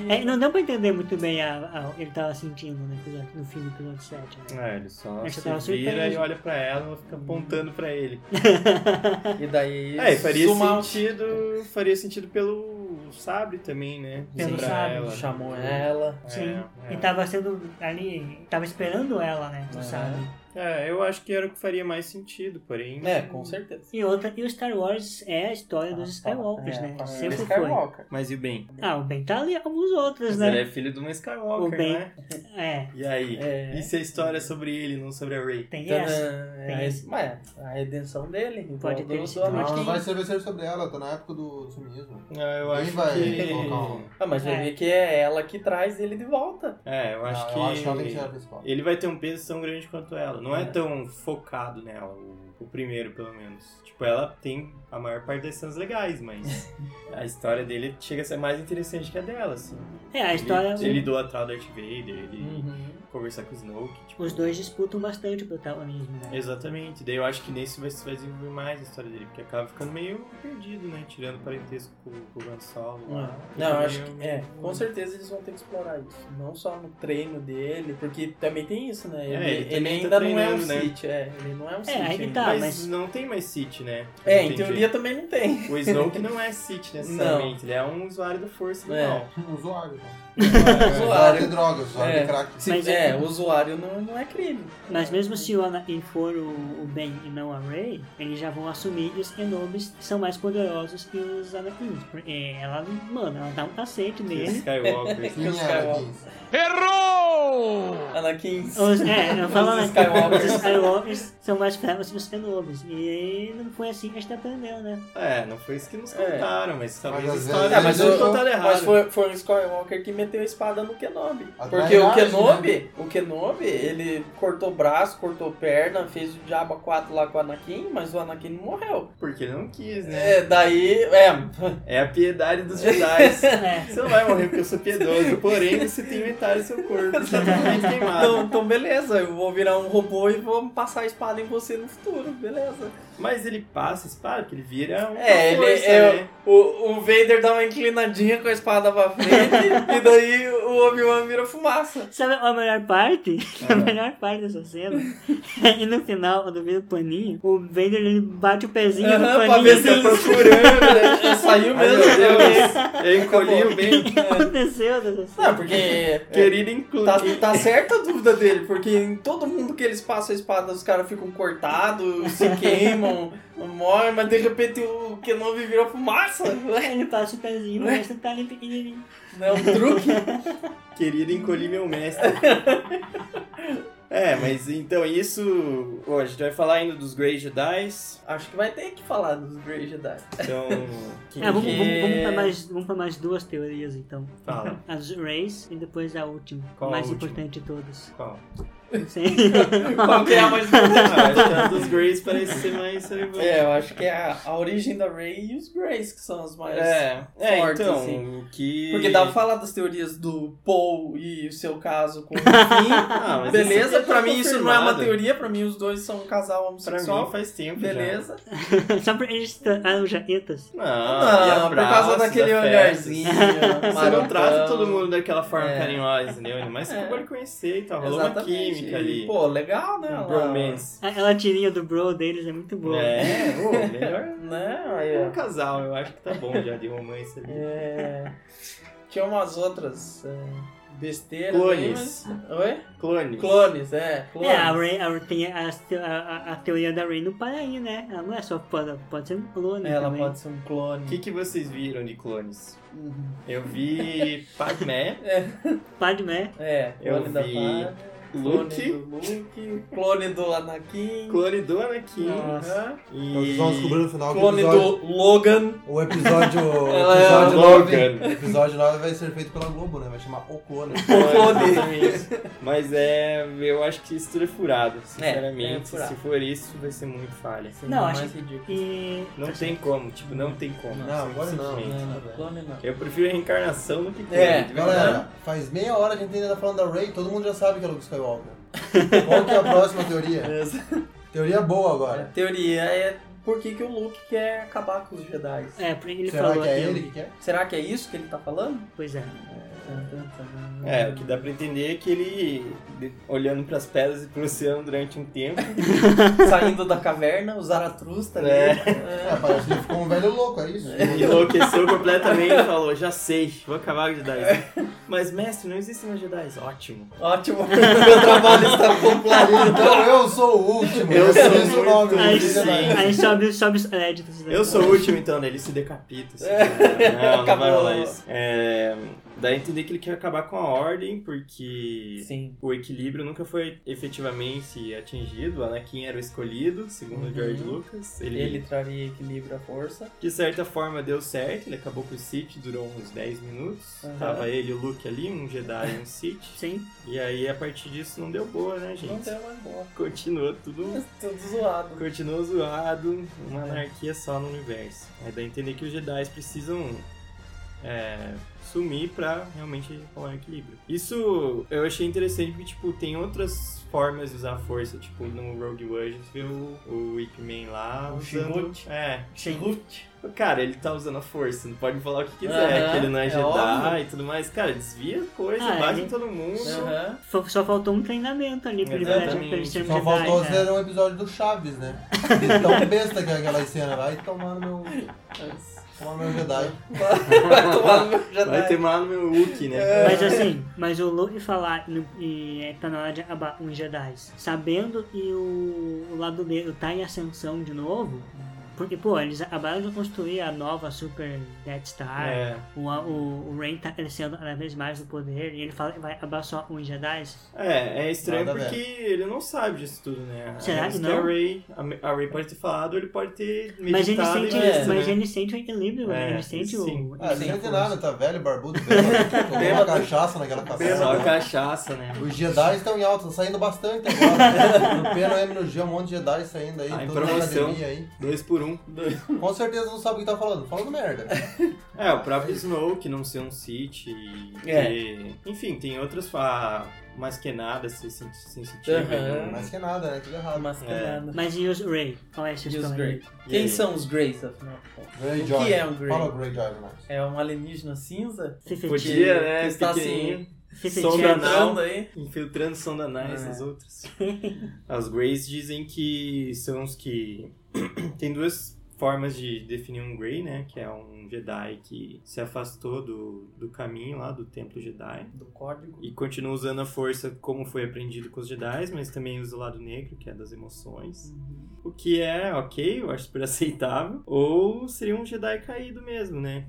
S2: É, não deu pra entender muito bem a, a- o que ele tava sentindo no, episódio, no fim do episódio 7, né?
S3: É, ele só
S2: Essa tava
S3: se vira
S2: surpresa.
S3: e olha pra ela, ela fica apontando pra ele.
S2: né?
S4: E daí...
S3: É, e faria
S4: suma-
S3: sentido. Faria sentido pelo sabre também, né?
S2: Pelo
S3: Pra
S2: sabre. né?
S3: ela.
S4: Chamou ela.
S3: É,
S2: Sim.
S3: é.
S2: E tá- tava sendo ali. Tava esperando ela, né? Tu
S4: É.
S2: sabe?
S3: É, eu acho que era o que faria mais sentido, porém.
S4: É, com certeza.
S2: E outra, e o Star Wars é a história dos
S3: Ah, tá.
S2: Skywalkers,
S4: É,
S2: né?
S4: a família
S2: Sempre foi.
S4: Skywalker.
S3: Mas e o Ben?
S2: Ah, o Ben tá ali, alguns outros,
S3: Mas ele
S2: né?
S3: é filho de uma Skywalker,
S2: O Ben.
S3: né?
S2: É.
S3: E aí?
S4: É.
S3: E se a história é sobre ele, não sobre a Rey?
S2: Tem
S4: Tadã,
S3: né,
S2: essa.
S4: é
S2: Tem
S4: esse- mas é a redenção dele. igual
S2: Pode ter
S4: do-
S2: esse
S4: do
S2: também.
S1: Não,
S4: Anakin.
S1: não vai ser, vai ser sobre ela, tá na época do sumismo.
S3: Não, Ah, eu
S1: Quem
S3: acho
S1: vai
S3: que.
S1: colocar um-
S4: Ah, mas vai
S2: É.
S4: ver que é ela que traz ele de volta.
S3: É, eu acho
S1: Não,
S3: que.
S1: Ah, Eu acho que ela tem que ser a principal.
S3: Ele vai ter um peso tão grande quanto ela. Não é,
S4: É.
S3: tão focado nela, o, o primeiro, pelo menos. Tipo, ela tem a maior parte das cenas legais, mas a história dele chega a ser mais interessante que a dela, assim.
S2: É, a história.
S3: Ele, ele idolatrar o Darth Vader, ele
S4: Uhum.
S3: conversar com o Snoke. Tipo,
S2: Os dois disputam bastante o protagonismo, né?
S3: Exatamente, daí eu acho que nesse vai, vai desenvolver mais a história dele, porque acaba ficando meio perdido, né? Tirando parentesco com, com o Han Solo lá.
S4: Ah, Não, eu acho
S3: Meio-
S4: que é. Com certeza eles vão ter que explorar isso. Não só no treino dele, porque também tem isso, né?
S3: É, ele também tá
S4: ainda não é um
S3: treinando, né?
S4: Sith, é. Ele não é um Sith.
S2: aí que
S4: ainda.
S2: tá.
S3: Mas,
S2: mas-
S3: não tem mais City, né?
S4: É, em
S3: Entendi.
S4: teoria também não tem.
S3: O Snoke não é City necessariamente, ele é um usuário da força
S4: É.
S3: normal.
S1: Usuário, então.
S4: Usuário.
S1: Usuário de drogas, usuário
S4: É.
S1: de crack.
S4: Se-
S2: Mas
S4: é,
S2: é-
S4: o usuário não, não é crime.
S2: Mas mesmo assim- se o Anakin for o, o Ben e não a Rey, eles já vão assumir que os Kenobis são mais poderosos que os Anakins. Porque ela, mano, ela dá um cacete
S3: Que os
S2: nele.
S3: Skywalker.
S1: Quem
S4: Os
S1: era
S4: caras-
S1: quem?
S4: Anakin.
S2: Os, é, eu falo
S4: Os
S2: né,
S4: Skywalkers.
S2: os Skywalkers são mais fracos que os Kenobis. E não foi assim que a gente aprendeu, né?
S3: É, não foi isso que nos
S4: É.
S3: contaram, mas talvez
S1: Mas
S3: a
S1: às
S3: história
S1: vezes-
S3: é,
S4: É,
S3: mas
S4: mas
S3: eu
S4: eu-
S3: contaram errado.
S4: Mas foi, foi um Skywalker que meteu a espada no Kenobi.
S1: As
S4: Porque o
S1: maiores,
S4: Kenobi,
S3: né?
S4: o Kenobi, ele cortou braço, cortou perna, fez o Diabo 4 lá com o Anakin, mas o Anakin não morreu.
S3: Porque ele não quis, né?
S4: É, daí, é,
S3: É a piedade dos Jedi.
S2: É.
S3: Você não vai morrer porque eu sou piedoso, porém você tem metade do um seu corpo. totalmente queimado.
S4: Então, então beleza, eu vou virar um robô e vou passar a espada em você no futuro, beleza.
S3: Mas ele passa a espada, porque ele vira um
S4: É, ele
S3: força,
S4: é-
S3: né?
S4: O, o Vader dá uma inclinadinha com a espada pra frente e daí o Obi-Wan vira fumaça.
S2: Sabe a melhor parte?
S3: Ah.
S4: É.
S2: A melhor parte dessa cena é que no final do vídeo do paninho, o Vader ele bate o pezinho no
S4: Aham,
S2: paninho. assim,
S4: pra ver se ele tá procurando, né? saiu
S3: Ai,
S4: mesmo.
S3: meu Deus,
S4: né?
S3: eu encolhi o
S2: O
S3: bem.
S2: que aconteceu nessa cena?
S4: Não, porque
S3: Querido incluir.
S4: Tá, tá certa a dúvida dele, porque em todo mundo que eles passam a espada, os caras ficam cortados, se queimam, morrem, mas de repente o Kenobi vira fumaça.
S2: Ele passa o pezinho,
S4: Né?
S2: mas resto tá ali pequenininho.
S4: Não é um truque?
S3: Querido encolhi meu mestre. É, mas então isso. Bom, a gente vai falar ainda dos Grey Jedi.
S4: Acho que vai ter que falar dos Grey Jedi.
S3: Então. Quem
S2: É, vamos,
S3: que
S2: vamos, vamos, pra mais, vamos pra mais duas teorias então.
S3: fala?
S2: As Rays e depois a última.
S3: Qual a
S2: mais
S3: última?
S2: importante de todas.
S3: Qual?
S2: Sim.
S4: Qual que é a mais
S3: Ah, acho que a dos Greys parece ser mais relevante.
S4: É, eu acho que é a, a origem da Rey e os Greys que são as mais.
S3: É, é,
S4: fortes,
S3: então,
S4: assim.
S3: que...
S4: Porque dá pra falar das teorias do Paul e o seu caso com o Finn.
S3: Ah, mas isso
S4: assim. Beleza,
S3: aqui
S4: pra
S3: tá
S4: mim isso não é uma
S3: confirmado.
S4: teoria, pra mim os dois são um casal
S3: Pra
S4: homossexual.
S3: mim faz tempo já.
S4: Beleza.
S2: Só pra eles eram jaquetas.
S3: Não, e
S4: Não, por
S3: abraços,
S4: causa daquele
S3: afetos.
S4: olharzinho.
S3: Você não
S4: marotão.
S3: trata todo mundo daquela forma
S4: É.
S3: carinhosa, né? entendeu? Ainda mais que
S4: É.
S3: acabou de conhecer e tal. Rolou uma
S4: Exatamente.
S3: química ali.
S4: Pô, legal, né?
S3: um
S4: Lá,
S3: bromance.
S2: A, a tirinha do bro deles é muito boa.
S3: É, ô, melhor
S4: Né? Aí,
S3: é um
S4: ó.
S3: casal. Eu acho que tá bom já de romance ali.
S4: É... Tinha umas outras é... besteiras. aí,
S3: Clones.
S4: mas- Oi?
S3: Clones.
S4: Clones, é. Clones.
S2: É, a, Ray, a, Rey tem a, a- a teoria da Ray não para aí, né? Ela não é só pode, pode ser um clone
S4: Ela
S2: também.
S4: pode ser um clone.
S3: O que, que vocês viram de clones?
S4: Uhum.
S3: Eu vi Padmé,
S2: Padmé.
S4: É, clone
S3: Eu
S4: da
S3: vi
S4: Padme, Clone
S3: Luke,
S4: do Luke, clone do Anakin,
S3: clone do Anakin.
S4: Nossa.
S3: E...
S1: Nós vamos descobrir no final que o
S4: clone
S1: episódio,
S4: do Logan.
S1: o episódio,
S4: Ela é
S1: episódio 9
S3: o Logan.
S1: o episódio 9 vai ser feito pela Globo, né? Vai chamar O Clone.
S4: clone.
S3: Exatamente. Mas é. Eu acho que isso tudo é furado, sinceramente.
S4: é furado.
S3: Se for isso, vai ser muito falha.
S2: Não, acho
S4: mais ridículo.
S2: E.
S3: Não tem como, tipo, não tem como.
S1: Não, agora não. né?
S3: Simplesmente.
S4: Não, não, clone não.
S3: Eu prefiro a reencarnação do que clone,
S4: É,
S3: de
S1: Galera,
S3: verdade.
S1: faz meia hora que a gente ainda tá falando da Ray, todo mundo já sabe que é Luke Skywalker. Qual que é a próxima teoria?
S4: Beleza.
S1: Teoria boa
S4: A
S1: agora.
S4: teoria é por que, que o Luke quer acabar com os Jedi.
S2: É, porque ele
S1: Será
S2: falou
S1: que é
S2: aquilo.
S1: ele que quer?
S4: Será que é isso que ele tá falando?
S2: Pois é.
S3: É, o que dá pra entender é que ele, de- olhando pras pedras e pro oceano durante um tempo,
S4: Saindo da caverna, o Zaratrusta,
S3: É.
S4: né?
S1: É, parece que ele ficou um velho louco, é isso?
S3: enlouqueceu completamente e falou: Já sei, vou acabar com os Jedi. Mas, mestre, não existem mais Jedi. Ótimo.
S4: Ótimo, meu trabalho está completo.
S1: Então eu sou o último.
S3: Eu
S1: esse é
S3: sou
S1: o
S3: muito
S1: nome.
S3: Não,
S2: Aí,
S1: Luke
S3: sim.
S1: Jedi.
S2: aí sobe, sobe os créditos. né?
S3: Eu sou o último, então, né? Ele se decapita. Assim, né? Não, não vai
S4: Acabou.
S3: rolar isso. É, dá a entender que ele quer acabar com a ordem, porque
S4: Sim.
S3: o equilíbrio nunca foi efetivamente atingido. O Anakin era o escolhido, segundo
S4: Uhum.
S3: George Lucas. Ele,
S4: Ele traria equilíbrio à força.
S3: de certa forma, deu certo. Ele acabou com o Sith, durou uns 10 minutos.
S4: Uhum.
S3: Tava ele e o Luke ali, um Jedi e um Sith.
S2: Sim.
S3: E aí, a partir disso, não deu boa, né, gente?
S4: Não deu mais boa.
S3: Continuou tudo
S4: Tudo zoado.
S3: Continua zoado, uma
S4: É.
S3: anarquia só no universo. Aí dá a entender que os Jedi precisam é, sumir pra realmente rolar equilíbrio. Isso eu achei interessante porque, tipo, tem outras formas de usar a força. Tipo, no Rogue One a gente vê o, o Ip Man lá
S4: O
S3: usando...
S4: Chirrut.
S3: É.
S4: Chirrut.
S3: Cara, ele tá usando a força, não pode falar o que quiser,
S4: Aham,
S3: que ele não é,
S4: é
S3: Jedi
S4: óbvio.
S3: e tudo mais. Cara, desvia coisa,
S2: Ah,
S3: bate
S2: ele-
S3: em todo mundo.
S4: Aham.
S2: Só, só faltou um treinamento ali pra ele, virar- pra ele ser um
S1: Só
S2: Jedi.
S1: faltou
S2: né?
S1: ser um episódio do Chaves, né? De tão besta que é aquela cena. Vai tomar no meu, tomar no meu Jedi.
S4: Vai tomar no meu Jedi.
S3: Vai ter mal no meu Wookie, né?
S4: É.
S2: Mas assim, mas o Luke falar no, e é, tá na hora de acabar os Jedi, sabendo que o, o lado negro tá em ascensão de novo, porque, pô, eles acabaram de construir a nova Super Death Star,
S3: É.
S2: o, o, o Rey tá crescendo cada vez mais no poder, e ele fala que vai acabar só os Jedi.
S3: É, é estranho
S1: Nada a
S3: porque ele não sabe disso tudo, né?
S2: Será
S3: Às
S2: que
S3: vezes
S2: não?
S3: A Ray, a Ray pode ter falado, ele pode ter
S2: Mas ele,
S3: meditado
S2: sente,
S3: e visto,
S2: mas
S3: né?
S2: ele sente o equilíbrio, né?
S3: É,
S2: ele sente
S3: sim.
S2: o.
S1: Ah,
S2: ele
S1: sem
S2: sente a
S1: entender
S2: força.
S1: nada, tá velho, barbudo, bêbado. Tomou uma cachaça naquela
S3: Só a
S1: cachaça.
S3: cachaça, né?
S1: Os Jedi estão em alta, tá estão né? saindo bastante agora. No P, no M, no G, um monte de Jedi saindo aí.
S3: Tá em
S1: toda na
S3: promoção.
S1: academia aí.
S3: Dois por um nenhum.
S1: Com certeza não sabe o que tá falando. Falando merda.
S3: É, o próprio Snow, que não ser um City. e-
S4: É.
S3: e- enfim, tem outras fa... masquenadas se- se- sensitivas.
S4: Aham.
S3: né?
S1: Mais que nada, né? Tudo errado.
S4: Mascarada.
S2: Mas e os Ray? Qual é a
S4: E os
S2: sugestão
S4: Grey?
S2: aí?
S3: É. E
S4: Quem
S3: aí?
S4: são os Greys, afinal? de contas?
S1: Grey
S4: O
S1: Joy.
S4: que é um Grey?
S1: Fala o Grey Joy, Max.
S4: É um alienígena cinza?
S2: Fifty-
S3: Podia, né?
S4: Que
S2: tá
S4: está
S2: assim,
S3: pequenininho,
S2: Fifty
S3: som
S2: Shades.
S3: da- Não.
S4: Entrando aí.
S3: Infiltrando são danais
S4: É.
S3: nas outras. As Greys dizem que são os que. Tem duas formas de definir um Grey, né? Que é um Jedi que se afastou do, do caminho lá do Templo Jedi.
S4: Do código.
S3: E continua usando a força como foi aprendido com os Jedi, mas também usa o lado negro, que é das emoções.
S4: Uhum.
S3: O que é ok, eu acho super aceitável. Ou seria um Jedi caído mesmo, né?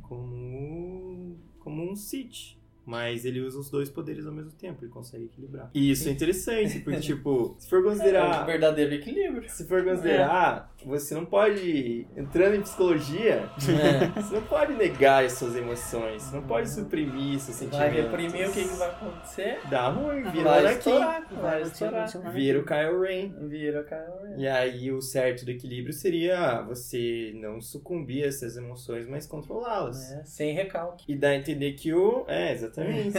S3: Como, como um Sith. Mas ele usa os dois poderes ao mesmo tempo, ele consegue equilibrar. E isso é interessante, porque, tipo, se for
S4: É o
S3: considerar.
S4: verdadeiro equilíbrio.
S3: Se for considerar, você não pode. Entrando em psicologia, você não pode negar as suas emoções, você não pode suprimir seus sentimentos.
S4: Vai reprimir o que, que vai acontecer?
S3: Dá ruim, vira um né?
S4: Vai
S3: aqui.
S4: estourar, vai
S2: Vai
S4: estourar.
S2: estourar.
S3: Vira o Kyle Rain.
S4: Vira, cara.
S3: E aí o certo do equilíbrio seria ah, você não sucumbir a essas emoções, mas controlá-las.
S4: É, sem recalque.
S3: E dá a entender que o. É, exatamente.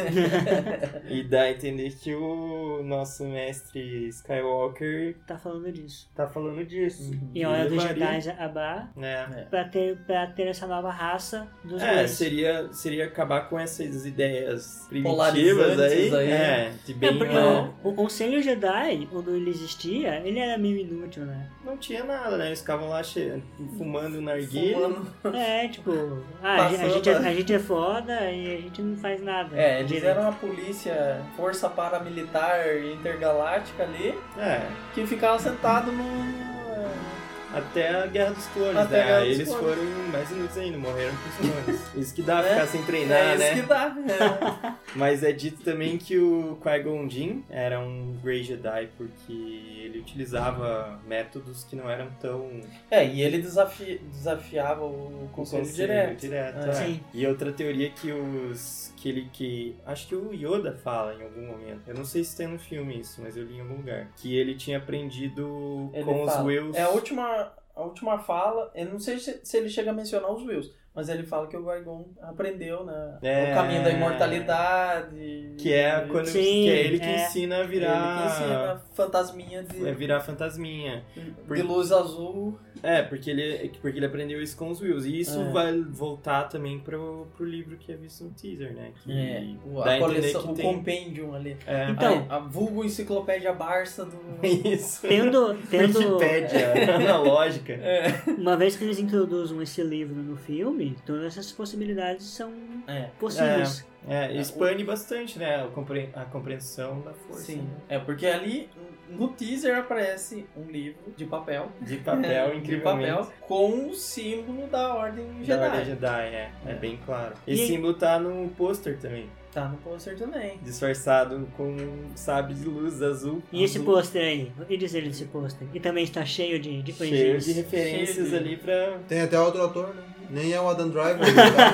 S3: e dá a entender que o nosso mestre Skywalker
S2: Tá falando disso.
S3: tá falando disso.
S2: E olha do
S3: Levaria-
S2: Jedi Abar
S3: É.
S2: pra ter, pra ter essa nova raça dos
S3: É,
S2: Greys.
S3: seria, seria acabar com essas ideias primitivas aí,
S4: Polarizantes aí.
S3: É, de bem
S2: É, porque
S3: mal.
S2: o, o Conselho Jedi, quando ele existia, ele era meio inútil, né?
S3: Não tinha nada, né? Eles ficavam lá che... fumando narguilha.
S4: Fumando.
S2: É, tipo, ah, a, gente- a
S4: Passou,
S2: gente é,
S4: né?
S2: a gente é foda e a gente não faz nada.
S4: É, eles
S2: direito.
S4: eram a polícia, força paramilitar intergaláctica ali,
S3: É,
S4: que ficava sentado no.
S3: Até a Guerra dos Clones,
S4: Até
S3: né?
S4: a Guerra
S3: Aí
S4: dos
S3: eles
S4: Clones.
S3: foram mais inúteis ainda, morreram com os clones. Isso que dá
S4: É,
S3: ficar sem treinar,
S4: É isso
S3: né?
S4: que dá. É.
S3: Mas é dito também que o Qui-Gon Jinn era um Grey Jedi porque ele utilizava métodos que não eram tão
S4: É, e ele desafi- desafiava o conselho
S3: conselho
S4: direto.
S3: é.
S2: Sim.
S3: E outra teoria que os que ele que acho que o Yoda fala em algum momento. Eu não sei se tem no filme isso, mas eu li em algum lugar que ele tinha aprendido
S4: Ele
S3: com
S4: fala.
S3: os Wills.
S4: É a última, a última fala, eu não sei se, se ele chega a mencionar os Wills, mas ele fala que o Qui-Gon aprendeu, né?
S3: É.
S4: O caminho da imortalidade.
S3: que é quando
S2: Sim,
S3: que é ele que
S2: é.
S3: ensina a
S4: Ele
S3: virar
S4: que ensina fantasminha de,
S3: É virar fantasminha.
S4: de luz azul.
S3: É, porque ele, porque ele aprendeu isso com os Wills. E isso
S4: É.
S3: vai voltar também pro, pro livro que é visto no teaser, né? Que
S4: É, O,
S3: dá
S4: a
S3: a entender
S4: coleção,
S3: que
S4: o
S3: tem.
S4: compendium ali.
S3: É,
S2: Então-
S4: a, a vulgo enciclopédia Barça do.
S3: isso.
S4: um
S2: Tendo, tendo,
S3: Wikipédia analógica.
S4: É.
S2: uma vez que eles introduzam esse livro no filme, todas essas possibilidades são
S4: É.
S2: possíveis.
S3: É, expande bastante, né? a compre- A compreensão da força.
S4: Sim.
S3: né?
S4: É porque ali no teaser aparece um livro de papel.
S3: De papel,
S4: de
S3: É, incrivelmente.
S4: papel com o símbolo da Ordem
S3: Da
S4: Jedi.
S3: Ordem Jedi, é, é
S4: É.
S3: bem claro. Esse
S2: E-
S3: símbolo tá no pôster também,
S4: Tá no pôster também.
S3: disfarçado com um sabre de luz azul.
S2: E esse
S3: azul.
S2: pôster aí? O que dizer desse pôster? E também está cheio de, de
S3: Cheio
S2: coisinhas.
S3: de referências
S4: Cheio de-
S3: ali pra
S1: Tem até outro ator, né? Nem é o Adam Driver. tá?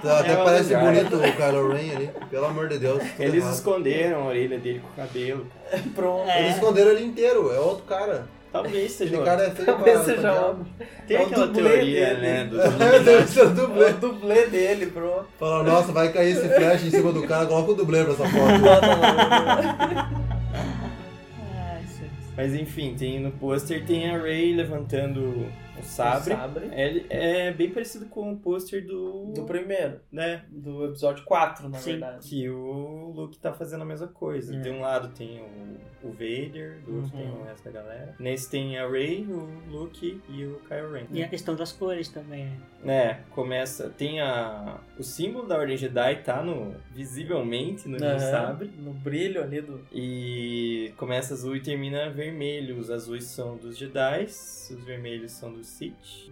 S1: Tá- até
S3: É o
S1: parece
S3: Adam Driver.
S1: bonito o Kylo Ren ali. Pelo amor de Deus. tudo
S3: Eles
S1: errado.
S3: esconderam a orelha dele com o cabelo.
S4: Pronto.
S2: É.
S1: Eles esconderam ele inteiro. É outro cara.
S3: Talvez seja.
S1: Aquele
S3: outro.
S1: cara é feio
S4: Talvez
S1: pra-
S4: seja
S1: pra-
S4: o,
S3: Tem
S4: é o
S3: aquela
S4: dublê
S3: teoria,
S4: dele.
S3: né? Do...
S1: Deve ser o dublê.
S4: o dublê dele, pronto.
S1: Fala, nossa, vai cair esse flash em cima do cara, coloca o dublê pra essa foto.
S4: Bota lá.
S3: Mas enfim, tem no pôster tem a Ray levantando o sabre.
S4: Sabre.
S3: Ele é bem parecido com o pôster do.
S4: Do primeiro.
S3: né?
S4: Do episódio 4, na
S2: Sim.
S4: verdade.
S3: Que o Luke tá fazendo a mesma coisa.
S4: É.
S3: De um lado tem o, o Vader, do outro
S4: Uhum.
S3: tem o resto da galera. Nesse tem a Ray, o Luke e o Kylo Ren.
S2: E a questão das cores também, né?
S3: né, começa, tem a o símbolo da Ordem Jedi tá no visivelmente no
S4: Aham.
S3: sabre
S4: No brilho ali do.
S3: e começa azul e termina vermelho. Os azuis são dos Jedi, os vermelhos são dos Sith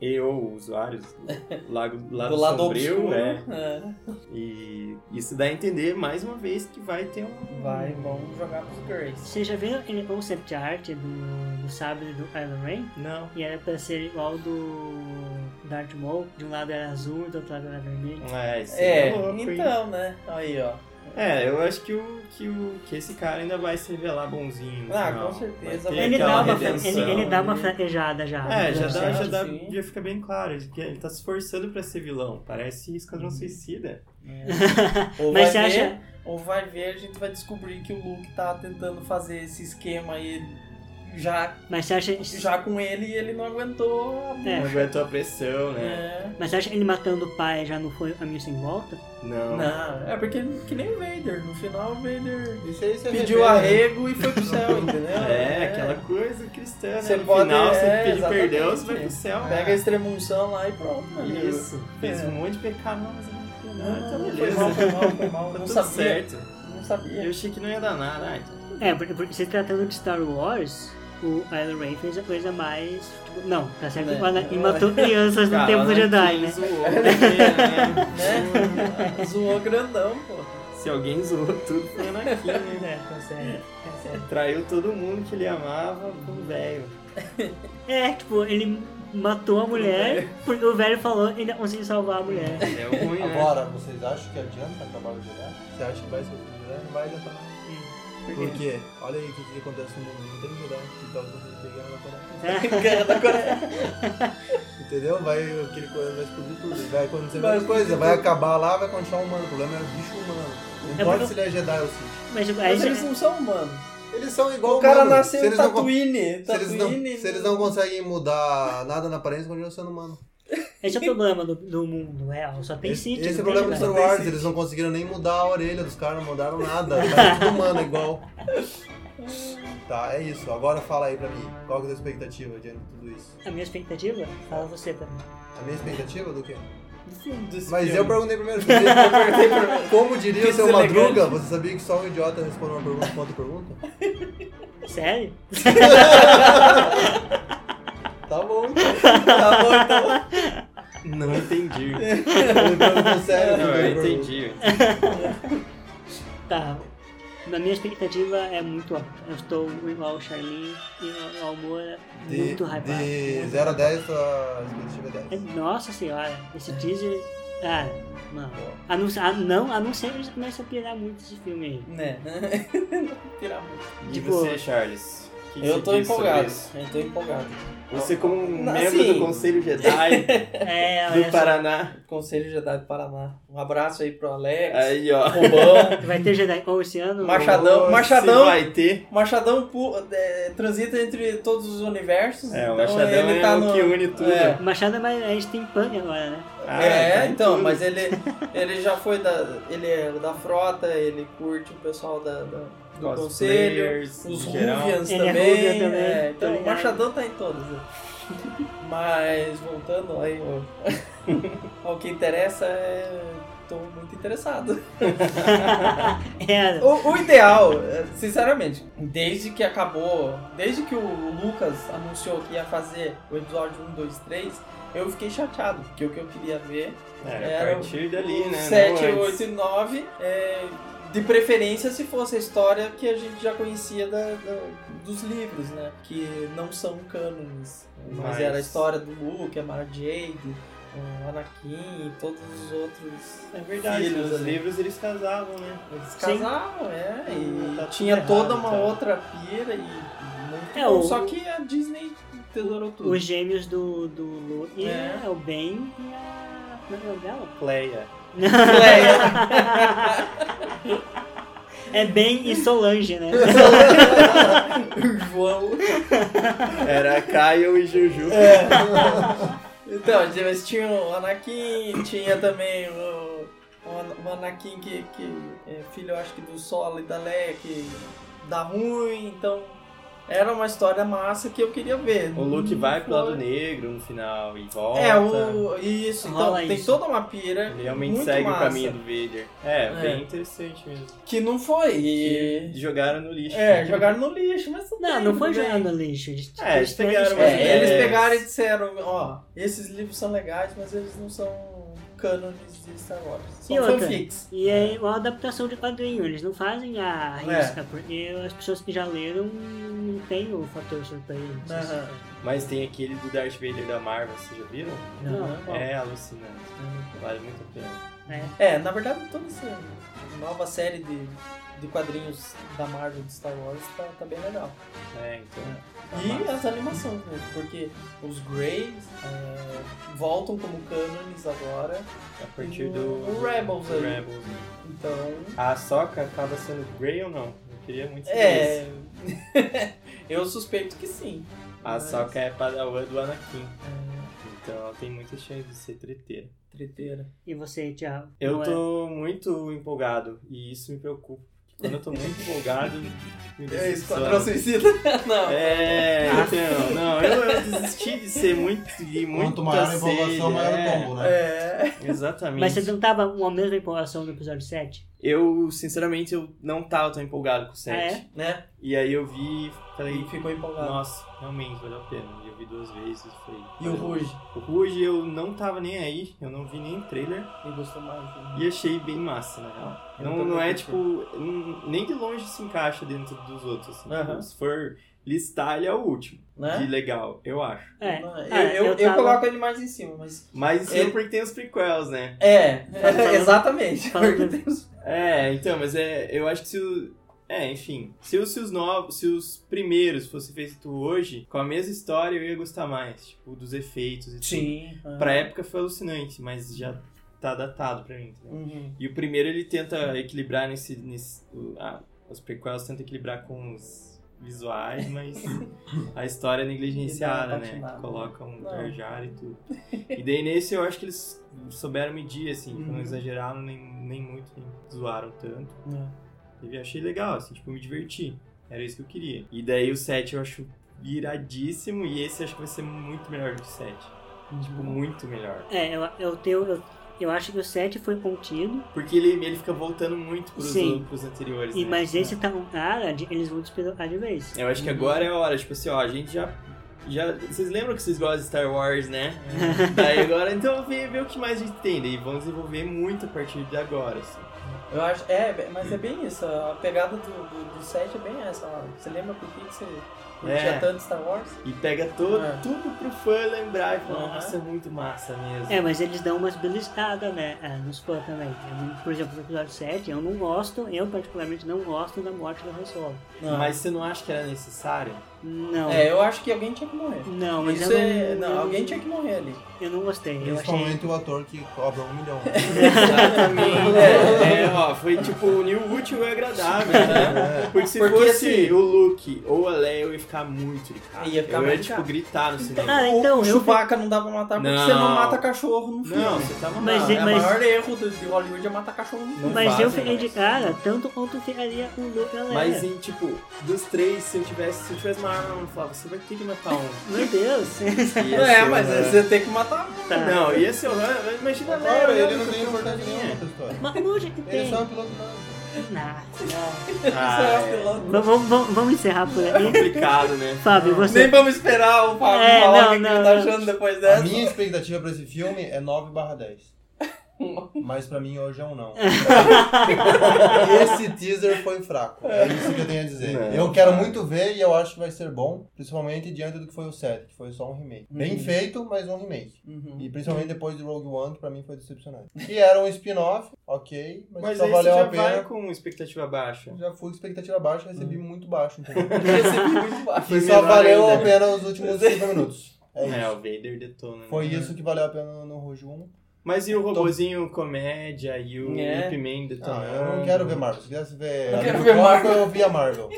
S3: e ou usuários do lago, lado,
S4: do lado
S3: sombrio,
S4: obscuro.
S3: né?
S4: É.
S3: E isso dá a entender mais uma vez que vai ter um
S4: Vai, vamos jogar pros Grays.
S2: Vocês já viram aquele concept art do, do sabre do Kylo Ren?
S3: não
S2: E era pra ser igual do Darth Maul. De um lado era azul, do outro lado era vermelho.
S3: é, isso
S4: É,
S3: é louco, hein?
S4: então, né? Aí, ó.
S3: É, eu acho que, o, que, o, que esse cara ainda vai se revelar bonzinho. no
S4: Ah,
S3: final.
S4: com certeza.
S3: Vai ter
S2: Ele
S3: É aquela
S2: dá, uma,
S3: redenção
S2: ele, ele dá uma
S3: ali.
S2: fraquejada já.
S3: É,
S2: né?
S3: já dá, já
S4: Sim.
S3: dá, já fica bem claro de que ele tá se esforçando pra ser vilão. Parece Esquadrão
S4: Uhum.
S3: Suicida.
S4: Ou
S2: Mas
S4: vai
S2: você
S4: ver,
S2: acha-
S4: Ou vai ver, a gente vai descobrir que o Luke tá tentando fazer esse esquema aí já,
S2: Mas você acha,
S4: já com ele e ele não aguentou a
S2: É.
S3: Não aguentou a pressão, né?
S4: É.
S2: mas você acha que ele matando o pai já não foi a minha sem volta?
S3: Não.
S4: Não, é porque que nem o Vader. No final o Vader
S1: Isso aí você
S4: pediu
S1: revela, né?
S4: arrego e foi pro céu, então. entendeu?
S3: É, aquela coisa cristã, né?
S4: Você
S3: no
S4: pode-
S3: final, você
S4: é,
S3: pede perdão,
S4: exatamente.
S3: você vai pro céu.
S4: Pega a extremunção lá e pronto, meu amigo.
S3: Isso. Fez
S4: É.
S3: um monte de pecado, não, mas eu não fiz
S4: Não,
S3: nada. Então,
S4: não, não, foi
S3: beleza.
S4: mal, foi mal, foi mal.
S3: Tá
S4: Não
S3: tudo
S4: sabia.
S3: certo.
S4: Não sabia.
S3: Eu achei que não ia dar nada. Ah, então.
S2: É, porque, porque se tratando de Star Wars, o Kylo Ren fez a coisa mais. tipo, não, tá certo
S4: É,
S2: que o Anakin
S4: é.
S2: matou crianças no
S3: Cara,
S2: tempo do
S3: Anakin
S2: Jedi, né?
S3: zoou, né?
S4: Né? Zoou grandão, pô.
S3: Se alguém zoou tudo, foi Anakin, né?
S4: É, tá certo. Tá certo.
S3: Traiu todo mundo que ele amava com o velho.
S2: É, tipo, ele matou a mulher porque o velho falou que ainda conseguiu salvar a mulher.
S3: É o ruim, né?
S1: Agora, vocês acham que adianta acabar o Jedi? Você acha que vai ser o Jedi? Não vai adiantar nada. Por quê? Olha aí o que, que acontece no mundo. Não tem Jedi. Então você tem guerra na Coreia.
S2: É.
S4: Guerra da Coreia.
S1: Entendeu? Vai, aquele coisa vai explodir tudo. Vai acontecer
S4: Vai
S1: várias coisas.
S4: explodir
S1: Vai
S4: tudo.
S1: acabar lá, vai continuar humano. O problema é o bicho humano. Não
S2: É
S1: importa
S2: porque-
S1: se ele é Jedi ou Sith.
S2: Mas tipo, aí
S4: Mas
S2: você.
S4: eles não são humanos.
S1: Eles são igual
S4: O cara
S1: humano. Se
S4: nasceu em
S1: eles não con-
S4: Tatooine.
S1: Se eles, não,
S4: Tatooine.
S1: se eles não conseguem mudar nada na aparência, continuam sendo humano.
S2: Esse é o problema do, do mundo real, só tem
S1: Esse,
S2: sítio.
S1: esse é o
S2: não
S1: problema do
S2: tem
S1: Star
S2: Jedi.
S1: Wars, eles não conseguiram nem mudar a orelha dos caras, não mudaram nada. Tá tudo humano igual. Tá, é isso. Agora fala aí pra mim, qual que é a tua expectativa diante de tudo isso?
S2: A minha expectativa? Fala você pra mim.
S1: A minha expectativa é do quê?
S4: Desse
S1: Mas eu
S4: filme.
S1: perguntei primeiro. Eu perguntei primeiro. Como diria o
S4: Que
S1: seu
S4: deselegante.
S1: Madruga, você sabia que só um idiota responde uma pergunta com outra pergunta?
S2: Sério?
S1: Tá bom, então.
S4: Tá bom, então.
S3: Não entendi.
S1: Ele perguntou sério.
S3: Não,
S1: ele
S3: eu
S1: perguntou.
S3: entendi. eu entendi.
S2: Tá. Na minha expectativa é muito alta. Eu estou igual o Charlin e ao Moura,
S1: De,
S2: muito hypado.
S1: de 0 a 10, a expectativa é 10.
S2: Nossa senhora, esse teaser. Cara, mano. A não, ser- a, não, a não ser que eles comecem a pirar muito esse filme aí.
S4: Né? Tirar muito.
S3: E
S2: Tipo,
S3: você, Charles? O que que
S4: Eu
S3: você
S4: tô
S3: diz sobre
S4: empolgado.
S3: isso?
S4: Eu tô empolgado.
S3: Você como um
S4: Não,
S3: membro
S4: assim-
S3: do Conselho Jedi
S2: É, olha
S3: do
S2: só.
S3: Paraná.
S4: Conselho Jedi do Paraná. Um abraço aí pro Alex.
S3: Aí, ó.
S4: Robão.
S2: Vai ter Jedi Con esse ano?
S4: Machadão.
S3: Você
S4: Machadão.
S3: vai ter.
S4: Machadão pu- é, transita entre todos os universos.
S3: É, o
S4: então
S3: Machadão
S4: ele
S3: é
S4: tá
S3: o
S4: no...
S3: que une tudo.
S4: É,
S2: O Machado é mais é steampunk agora, né?
S3: Ah,
S4: é,
S3: tá em
S4: então,
S3: tudo.
S4: mas ele, ele já foi da. Ele é da frota, ele curte o pessoal da, da- do conselho,
S3: Cosplayers,
S4: os
S3: em geral.
S4: Ruvians
S2: Ele é
S4: também.
S2: Ruvian também,
S4: é,
S2: tô
S4: então o
S2: ligado.
S4: Machadão tá em todos. né? Mas voltando aí ao- ao que interessa é. Tô muito interessado.
S2: É,
S4: O, o ideal, é, sinceramente, desde que acabou, desde que o Lucas anunciou que ia fazer o episódio 1, 2, 3, eu fiquei chateado, porque o que eu queria ver
S3: É,
S4: Era
S3: a partir dali, né?
S4: 7,
S3: não
S4: 8 e 9, é, de preferência se fosse a história que a gente já conhecia da- da- dos livros, né? Que não são cânones, mas,
S3: Mas-
S4: era a história do Luke, a Mara Jade, o Anakin e todos os outros
S3: É verdade,
S4: Filhos
S3: nos
S4: ali.
S3: livros eles casavam, né?
S4: eles
S2: Sim.
S4: casavam, é, e
S3: Tá tudo
S4: tinha
S3: errado,
S4: toda uma
S3: então.
S4: outra pira e muito
S2: É,
S4: bom,
S2: o-
S4: só que a Disney tesourou tudo.
S2: os gêmeos do, do Luke
S4: É.
S2: é. o Ben e a. Como é o nome dela?
S3: Leia.
S4: É,
S2: É Ben e Solange, né?
S4: João.
S3: Era Caio e Juju.
S4: É. Então, mas tinha o Anakin, tinha também o, o Ana- o Anakin que, que é filho, eu acho que do Solo e da Leia, que dá ruim, então era uma história massa que eu queria ver.
S3: O Luke vai pro lado
S4: Foi.
S3: negro no final e volta.
S4: É, o, isso, então
S2: Rola
S4: tem
S2: isso.
S4: toda uma pira
S3: Ele realmente
S4: muito
S3: segue
S4: massa,
S3: o caminho do Vader. É,
S4: É.
S3: bem interessante mesmo.
S4: que não foi.
S3: E
S4: E...
S3: jogaram no lixo.
S4: É, jogaram no lixo, mas tudo
S2: Não,
S4: bem,
S2: não
S4: tudo
S2: foi
S4: bem.
S2: jogando no lixo. Eles,
S3: É, eles pegaram
S2: foram-
S3: umas
S4: É, eles
S3: É.
S4: pegaram e disseram, ó, esses livros são legais, mas eles não são cânones de Star Wars. São
S2: E outra,
S4: fanfics.
S2: e é uma adaptação de quadrinho, eles não fazem a
S3: É.
S2: risca, porque as pessoas que já leram não tem o fator assim. surpresa. não sei se-
S4: Aham.
S3: Mas tem aquele do Darth Vader da Marvel, vocês já viram?
S2: Não, qual?
S3: É alucinante. Vale muito a pena.
S2: É.
S4: É, na verdade toda essa nova série de, de quadrinhos da Marvel de Star Wars tá, tá bem legal.
S3: É, então. tá
S4: E
S3: massa.
S4: as animações mesmo, porque os Greys é, voltam como cânones agora.
S3: A partir do.
S4: O Rebels
S3: do
S4: aí.
S3: Rebels.
S4: Então,
S3: A Soca acaba sendo Grey ou não? Eu queria muito saber.
S4: É.
S3: isso.
S4: Eu suspeito que sim.
S3: A
S4: Mas-
S3: Soca é padawan do Anakin.
S4: É,
S3: Então ela tem muita chance de ser treteira.
S4: treteira.
S2: E você, Thiago?
S3: Eu
S2: Não é?
S3: tô muito empolgado e isso me preocupa. Quando eu tô muito empolgado,
S1: É
S3: me decepciona.
S4: suicida? Não.
S3: É, então, não, eu, eu desisti de ser muito. De
S1: Quanto
S3: muita
S1: maior a
S3: sede,
S1: empolgação, maior
S3: é,
S1: o tombo, né?
S4: É.
S3: Exatamente.
S2: Mas você não tava com a mesma empolgação do episódio 7?
S3: Eu, sinceramente, eu não tava tão empolgado com o set.
S2: Ah, é?
S4: Né?
S3: E aí eu vi e falei,
S4: E ficou empolgado.
S3: nossa, realmente valeu a pena. E eu vi duas vezes e falei.
S4: E
S3: valeu.
S4: o Ruge?
S3: O Ruge eu não tava nem aí, eu não vi nem o trailer.
S4: Ele gostou mais. né?
S3: E achei bem massa, na real.
S4: Eu
S3: Não,
S4: também
S3: não é
S4: curti.
S3: tipo. não- nem de longe se encaixa dentro dos outros. assim.
S4: Aham.
S3: Se for listar, ele é o último. De
S4: Né?
S3: legal, eu acho.
S2: É.
S4: Não, eu,
S2: Ah,
S4: eu, eu
S2: tava-
S4: coloco ele mais em cima, mas.
S3: Mas
S4: É.
S3: sempre tem os prequels, né?
S4: É,
S2: Falando-
S4: exatamente.
S2: falando-
S4: Porque tem os-
S3: É, então, mas é. Eu acho que se o. É, enfim. Se os, se os novos. Se os primeiros fossem feitos hoje, com a mesma história, eu ia gostar mais. Tipo, dos efeitos e tudo.
S4: Sim. é.
S3: Pra época foi alucinante, mas já tá datado pra mim, entendeu?
S4: Uhum.
S3: E o primeiro ele tenta equilibrar nesse. nesse o- ah, os prequels tentam equilibrar com os visuais, mas a história é
S4: E dá
S3: negligenciada,
S4: uma
S3: né?
S4: patinada.
S3: Coloca um
S4: Não.
S3: verjar e tudo. E daí nesse eu acho que eles souberam medir, assim, tipo,
S4: Uhum.
S3: não exageraram nem, nem muito, nem zoaram tanto.
S4: É.
S3: E eu achei legal, assim, tipo, me diverti. Era isso que eu queria. E daí o 7 eu acho iradíssimo, e esse eu acho que vai ser muito melhor do que o 7. Tipo, muito melhor.
S2: É, eu, eu tenho. Eu, eu acho que o 7 foi contido,
S3: Porque ele, ele fica voltando muito pros,
S2: Sim.
S3: pros anteriores.
S2: e,
S4: é,
S3: né?
S2: mas esse tá um cara, de- eles vão despedocar de vez.
S3: Eu acho que agora é a hora, tipo assim, ó, a gente já. já vocês lembram que vocês gostam de Star Wars, né? Daí agora, então vê, vê o que mais a gente tem. Daí vão desenvolver muito a partir de agora, assim.
S4: Eu acho, é, mas é bem isso. A pegada do, do, do set é bem essa. ó. Você lembra por que que você curtia
S3: É.
S4: tanto Star Wars?
S3: E pega todo,
S4: É.
S3: tudo pro fã lembrar e falar,
S4: Aham.
S3: nossa, é muito massa mesmo.
S2: É, mas eles dão umas beliscadas, né? ah, Nos fãs também. Eu não- Por exemplo, no episódio 7, eu não gosto, eu particularmente não gosto da morte do Han Solo.
S3: Mas você não acha que era necessário?
S2: Não.
S4: É, eu acho que alguém tinha que morrer.
S2: Não, mas
S4: Isso
S2: eu
S4: é.
S2: não,
S4: Não, alguém tinha que morrer ali.
S2: Eu não gostei. Eu achei.
S1: Principalmente o ator que cobra um milhão.
S4: É
S3: Exatamente. é, ó, foi tipo unir o útil e o agradável, né? Porque se
S4: Porque,
S3: fosse
S4: assim,
S3: o Luke ou a Leia, eu ia ficar muito de cara.
S4: Ia ficar
S3: eu ia,
S4: mais de
S3: tipo,
S4: cara.
S3: gritar no cinema.
S2: Cara,
S4: O-
S2: então,
S4: o
S2: eu,
S4: Chewbacca não dá pra matar porque
S3: Não.
S4: você não mata cachorro no filme.
S3: Não, você tá maluco.
S2: Mas-
S4: Não, é o
S2: mas-
S4: maior erro do- de Hollywood é matar cachorro no
S3: Não
S4: filme.
S2: mas eu
S3: fazem,
S2: fiquei de
S3: mas-
S2: cara, tanto quanto ficaria com o Luke e a Leia.
S3: Mas em tipo, dos três, se eu tivesse, se eu tivesse uma arma, eu não falava, você vai ter que matar um.
S2: Meu Deus.
S3: Ia
S4: Não é,
S3: ser
S4: mas
S3: o
S4: é,
S3: Han.
S4: você tem que matar um.
S2: Tá.
S3: Não, ia ser o Han. Imagina né? a Leia.
S1: Agora, ele
S3: olhando
S1: não tem
S3: pro-
S1: importância nenhuma nessa história.
S2: Mas lógico que
S1: Ele
S2: tem.
S1: só é um piloto da...
S2: Não, não.
S3: Ah,
S4: Isso é
S3: é
S4: piloto.
S2: V- Vamos, vamos- vamos encerrar por
S1: é
S2: aí.
S3: complicado, né?
S2: Fábio, você.
S4: Nem vamos esperar o Fábio
S2: É,
S4: falar
S2: não,
S4: o que que ele
S2: não,
S4: tá
S2: não.
S4: achando depois
S1: A
S4: dessa.
S1: minha expectativa pra esse filme é 9 barra 10. Mas pra mim hoje é um não. Esse teaser foi fraco. É isso que eu tenho a dizer.
S3: Não.
S1: eu quero muito ver e eu acho que vai ser bom, principalmente diante do que foi o 7, que foi só um remake. Bem
S4: Uhum.
S1: feito, mas um remake.
S4: Uhum.
S1: E principalmente depois de Rogue One, que pra mim foi decepcionante. Que era um spin-off, ok, mas,
S3: Mas
S1: só
S3: aí você
S1: valeu
S3: já
S1: a pena.
S3: vai com expectativa baixa.
S1: Já fui com expectativa baixa, recebi
S4: Hum.
S1: muito baixo. entendeu?
S4: Recebi é muito baixo.
S1: E
S3: Foi
S1: só
S3: melhor
S1: valeu a
S3: ainda.
S1: pena os últimos 5 minutos. É isso.
S3: É, o Vader detona. né?
S1: Foi isso que valeu a pena no- um. no Rogue 1.
S3: Mas e o robozinho comédia e o
S4: É.
S3: Ip Man
S1: Não,
S3: detonando?
S1: Ah, eu não quero ver Marvel. Se quisesse ver.
S4: Não quero
S1: Alívio
S4: ver
S1: Cômico,
S4: Marvel.
S1: Eu vi a Marvel.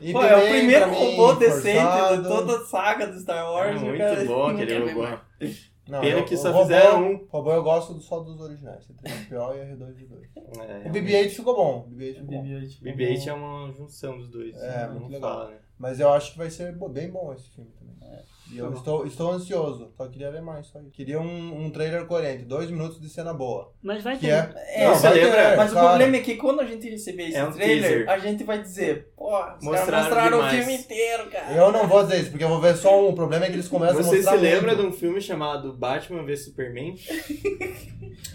S1: E
S4: Pô, é o
S1: também,
S4: primeiro
S1: pra mim,
S4: robô decente né?
S1: forçado.
S4: de toda a saga do Star
S3: É
S4: Wars. né,
S3: muito
S4: cara.
S3: bom
S7: não
S3: aquele
S7: quero ver
S3: robô. É,
S1: Não,
S3: Pena
S1: eu-
S3: que
S1: o
S3: só
S1: robô-
S3: fizeram um.
S1: Robô eu gosto só dos originais. C3PO e R2D2.
S3: É,
S1: O BB-8 ficou bom. O BB-8 ficou bom.
S3: BB-8 é uma junção dos dois.
S1: É,
S3: não
S1: muito legal.
S3: fala, né?
S4: É,
S1: Mas eu acho que vai ser bo- bem bom esse filme também. E eu estou, estou ansioso. Só queria ver mais. Só isso. Queria um, um trailer coerente. Dois minutos de cena boa.
S2: Mas vai
S1: Que
S2: ter.
S1: é...
S4: É,
S1: Não,
S4: mas
S3: você
S1: vai ter,
S3: lembra?
S4: mas
S1: claro.
S4: o problema é que quando a gente receber esse
S3: É um
S4: trailer,
S3: teaser.
S4: a gente vai dizer, pô, os caras
S3: Mostraram
S4: mostraram o
S3: demais.
S4: filme inteiro, cara.
S1: Eu não vou dizer isso, porque eu vou ver só um. O problema é que eles começam a
S3: Você
S1: mostrar
S3: se lembra
S1: muito.
S3: de um filme chamado Batman vs Superman?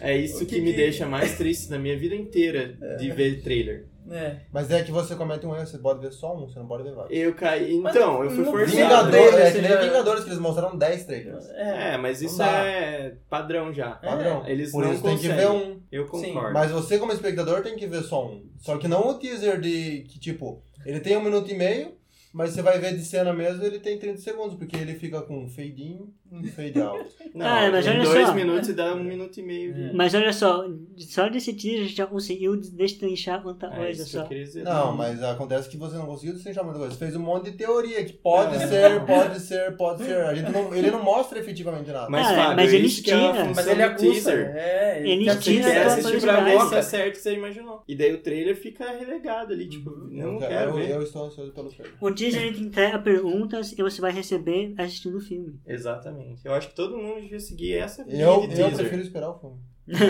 S3: é isso
S4: O que
S3: que, me
S4: que-
S3: deixa mais triste na minha vida inteira de ver trailer.
S4: É.
S1: Mas é que você comete um erro, você pode ver só um, você não pode ver vários.
S3: Eu caí.
S4: Mas
S3: Então, eu fui
S4: no
S3: forçado.
S1: Vingadores,
S4: Vingadores,
S1: é que nem
S4: já-
S1: Vingadores, que eles mostraram 10 trailers.
S4: É.
S3: É, mas isso
S1: Não dá.
S3: é padrão já.
S1: Padrão.
S3: Eles
S1: Por
S3: não
S1: isso tem que
S3: conseguem.
S1: ver um.
S3: Eu concordo.
S1: Mas você, como espectador, tem que ver só um. Só que não o teaser de. que tipo, ele tem um minuto e meio, mas você vai ver de cena mesmo, ele tem 30 segundos, porque ele fica com fade in e fade out.
S3: Não,
S2: Cara, Ah, mas
S3: em
S2: olha
S3: dois
S2: só.
S3: minutos dá um minuto e meio
S1: É.
S3: de.
S2: Mas olha só, só desse teaser a gente já conseguiu destrinchar muita
S3: É
S2: coisa
S3: isso que eu
S2: só.
S3: queria dizer.
S1: Não, mas acontece que você não conseguiu destrinchar muita coisa. Você fez um monte de teoria que pode
S3: Não.
S1: ser, pode ser, pode ser. A gente não- ele não mostra efetivamente nada.
S3: Mas,
S2: Cara,
S3: Fábio,
S2: Ah, mas
S3: isso
S2: eles
S3: que é uma
S2: tiram.
S3: função
S4: Mas ele
S3: do
S4: acusa.
S3: teaser.
S4: É,
S2: Ele
S4: quer
S2: tira
S4: assistir,
S2: a tua
S3: Quer
S4: assistir
S3: assistir
S4: pra
S3: pra
S2: curiosidade.
S4: boca.
S3: boca é certo que você imaginou. E daí o trailer fica relegado ali, tipo, não
S1: Uhum. eu,
S3: quero
S1: um- eu,
S3: ver.
S1: eu estou ansioso pelo trailer.
S2: O teaser ele te entrega perguntas e você vai receber assistindo o filme.
S3: Exatamente. Eu acho que todo mundo devia seguir essa linha
S1: Eu,
S3: de
S1: eu
S3: teaser.
S1: prefiro esperar o filme.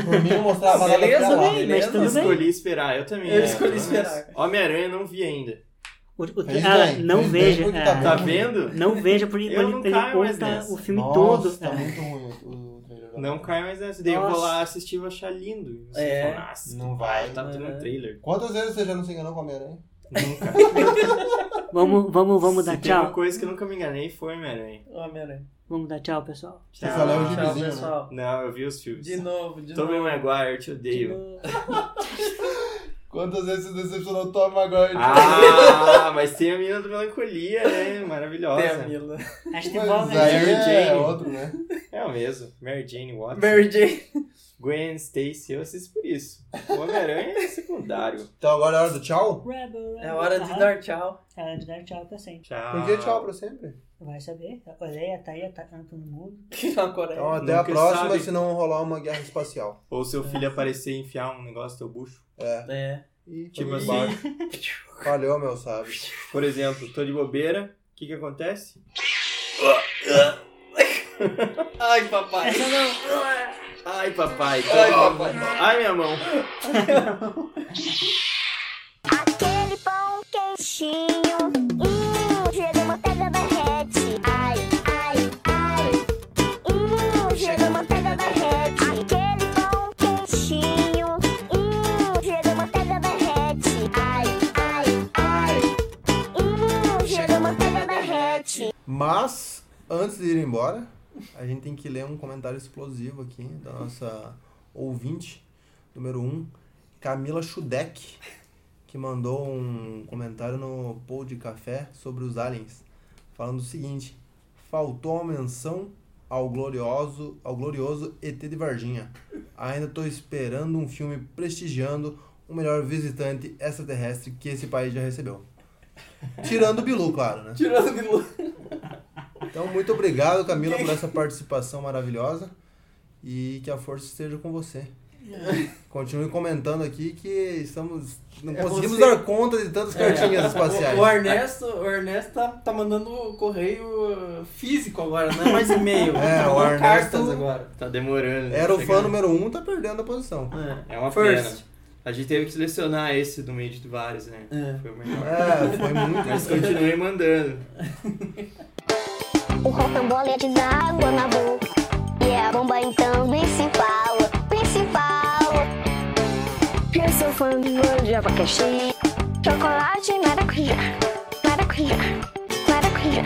S1: Por mim, eu mostrava nada
S4: Beleza,
S1: pra lá.
S4: bem,
S2: né? mas tudo bem.
S3: escolhi esperar, eu também.
S4: Eu
S3: é,
S4: escolhi
S3: mas
S4: esperar.
S3: Homem-Aranha não vi ainda.
S2: O, o-
S1: Fez
S2: ah,
S1: bem,
S2: não
S1: fez bem
S2: veja.
S1: porque
S2: ah,
S1: tá
S3: Tá
S1: Não.
S3: vendo?
S2: Não veja porque
S3: Eu
S2: ele
S3: não
S2: tem
S3: caio mais
S2: conta
S3: nessa.
S2: o filme
S1: Nossa,
S2: todo.
S1: Tá
S2: Ah,
S1: muito ruim o, o trailer. agora.
S3: Não cai mais nessa. Daí eu vou
S2: Nossa.
S3: lá assistir e vou achar lindo. Você
S4: É. né?"
S3: fala, Nossa,
S1: Não vai.
S3: Tá tendo um trailer.
S1: Quantas vezes você já não se enganou com a Homem-Aranha?
S3: Nunca.
S2: Vamos, vamos, vamos
S3: Se
S2: dar
S3: tem uma
S2: tchau.
S3: coisa que eu nunca me enganei foi Homem-Aranha.
S4: Homem-Aranha.
S2: Vamos dar tchau, pessoal.
S1: Você só leu o
S3: Tchau,
S4: Tchau,
S1: gibizinho, né?
S4: pessoal.
S3: Não, eu vi os filmes.
S4: "É De novo, de
S3: Tommy
S4: novo.
S3: Maguire, eu te odeio.
S2: Tipo,
S1: Quantas vezes você decepcionou Tom Maguire?
S3: Ah, mas tem a menina do Melancolia, né? Maravilhosa.
S4: Até a Mila.
S2: Acho que né?
S1: Mas
S2: volta.
S1: aí
S3: Mary
S1: é
S3: Jane.
S1: outro, né?
S3: É o mesmo. Mary Jane Watson.
S4: Mary Jane.
S3: Gwen Stacy, eu assisto por isso. O Homem-Aranha é secundário.
S1: Então agora é hora do tchau?
S4: É hora de dar tchau.
S2: É hora de dar tchau pra sempre.
S3: Tchau.
S1: Por que tchau pra sempre?
S2: Vai saber. A Coreia tá aí atacando todo mundo.
S4: Na é Coreia.
S1: Então até
S3: Nunca
S1: a próxima,
S3: sabe.
S1: se não rolar uma guerra espacial.
S3: Ou seu filho aparecer e enfiar um negócio no teu bucho.
S1: É.
S4: É.
S1: Ih,
S3: Tipo
S1: foi
S3: assim.
S1: embaixo. Falhou, meu sábio.
S3: Por exemplo, tô de bobeira, o que que acontece?
S4: Ai, papai.
S3: Ai, papai.
S4: Ai, papai.
S3: Ai, minha mão.
S5: Aquele pão quentinho, hum, cheiro de manteiga derrete. Ai, ai, ai, hum, cheiro de manteiga derrete. Aquele pão quentinho, hum, cheiro de manteiga derrete. Ai, ai, ai, hum, cheiro de manteiga derrete.
S1: Mas, antes de ir embora, a gente tem que ler um comentário explosivo aqui da nossa ouvinte, número 1, um, Camila Schudeck, que mandou um comentário no Pou de Café sobre os aliens, falando o seguinte: faltou uma menção ao glorioso, ao glorioso ET de Varginha. Ainda estou esperando um filme prestigiando o melhor visitante extraterrestre que esse país já recebeu. Tirando o Bilu, claro, né?
S4: Tirando de luz.
S1: Então, muito obrigado, Camila, por essa participação maravilhosa. E que a força esteja com você. Continue comentando aqui que estamos. Não
S4: É
S1: conseguimos
S4: você- É.
S1: dar conta de tantas cartinhas espaciais.
S4: O, o Ernesto, o Ernesto tá, tá mandando correio uh, físico agora, não é mais e-mail.
S1: É,
S4: Tá
S1: o
S4: mandando
S1: Ernesto-
S4: cartas agora.
S3: Tá demorando.
S1: Era o fã
S3: Chegando.
S1: número um, tá perdendo a posição.
S4: É.
S3: É uma
S4: First.
S3: pena. A gente teve que selecionar esse do meio de vários, né?
S4: É.
S3: Foi o melhor.
S1: É, foi muito.
S3: Mas continuei mandando.
S5: O rocambolete dá um água na boca. E a bomba então nem se fala, nem se fala. Eu sou fã de bolo de abacaxi, chocolate e maracujá, maracujá, maracujá.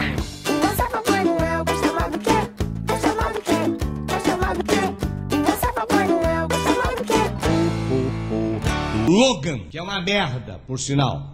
S5: E você, é Papai Noel, gosta mais do quê? Gosta mais do quê? Gosta mais do quê? E você, é Papai Noel, gosta mais do quê?
S10: Logan, que é uma merda, por sinal.
S5: é é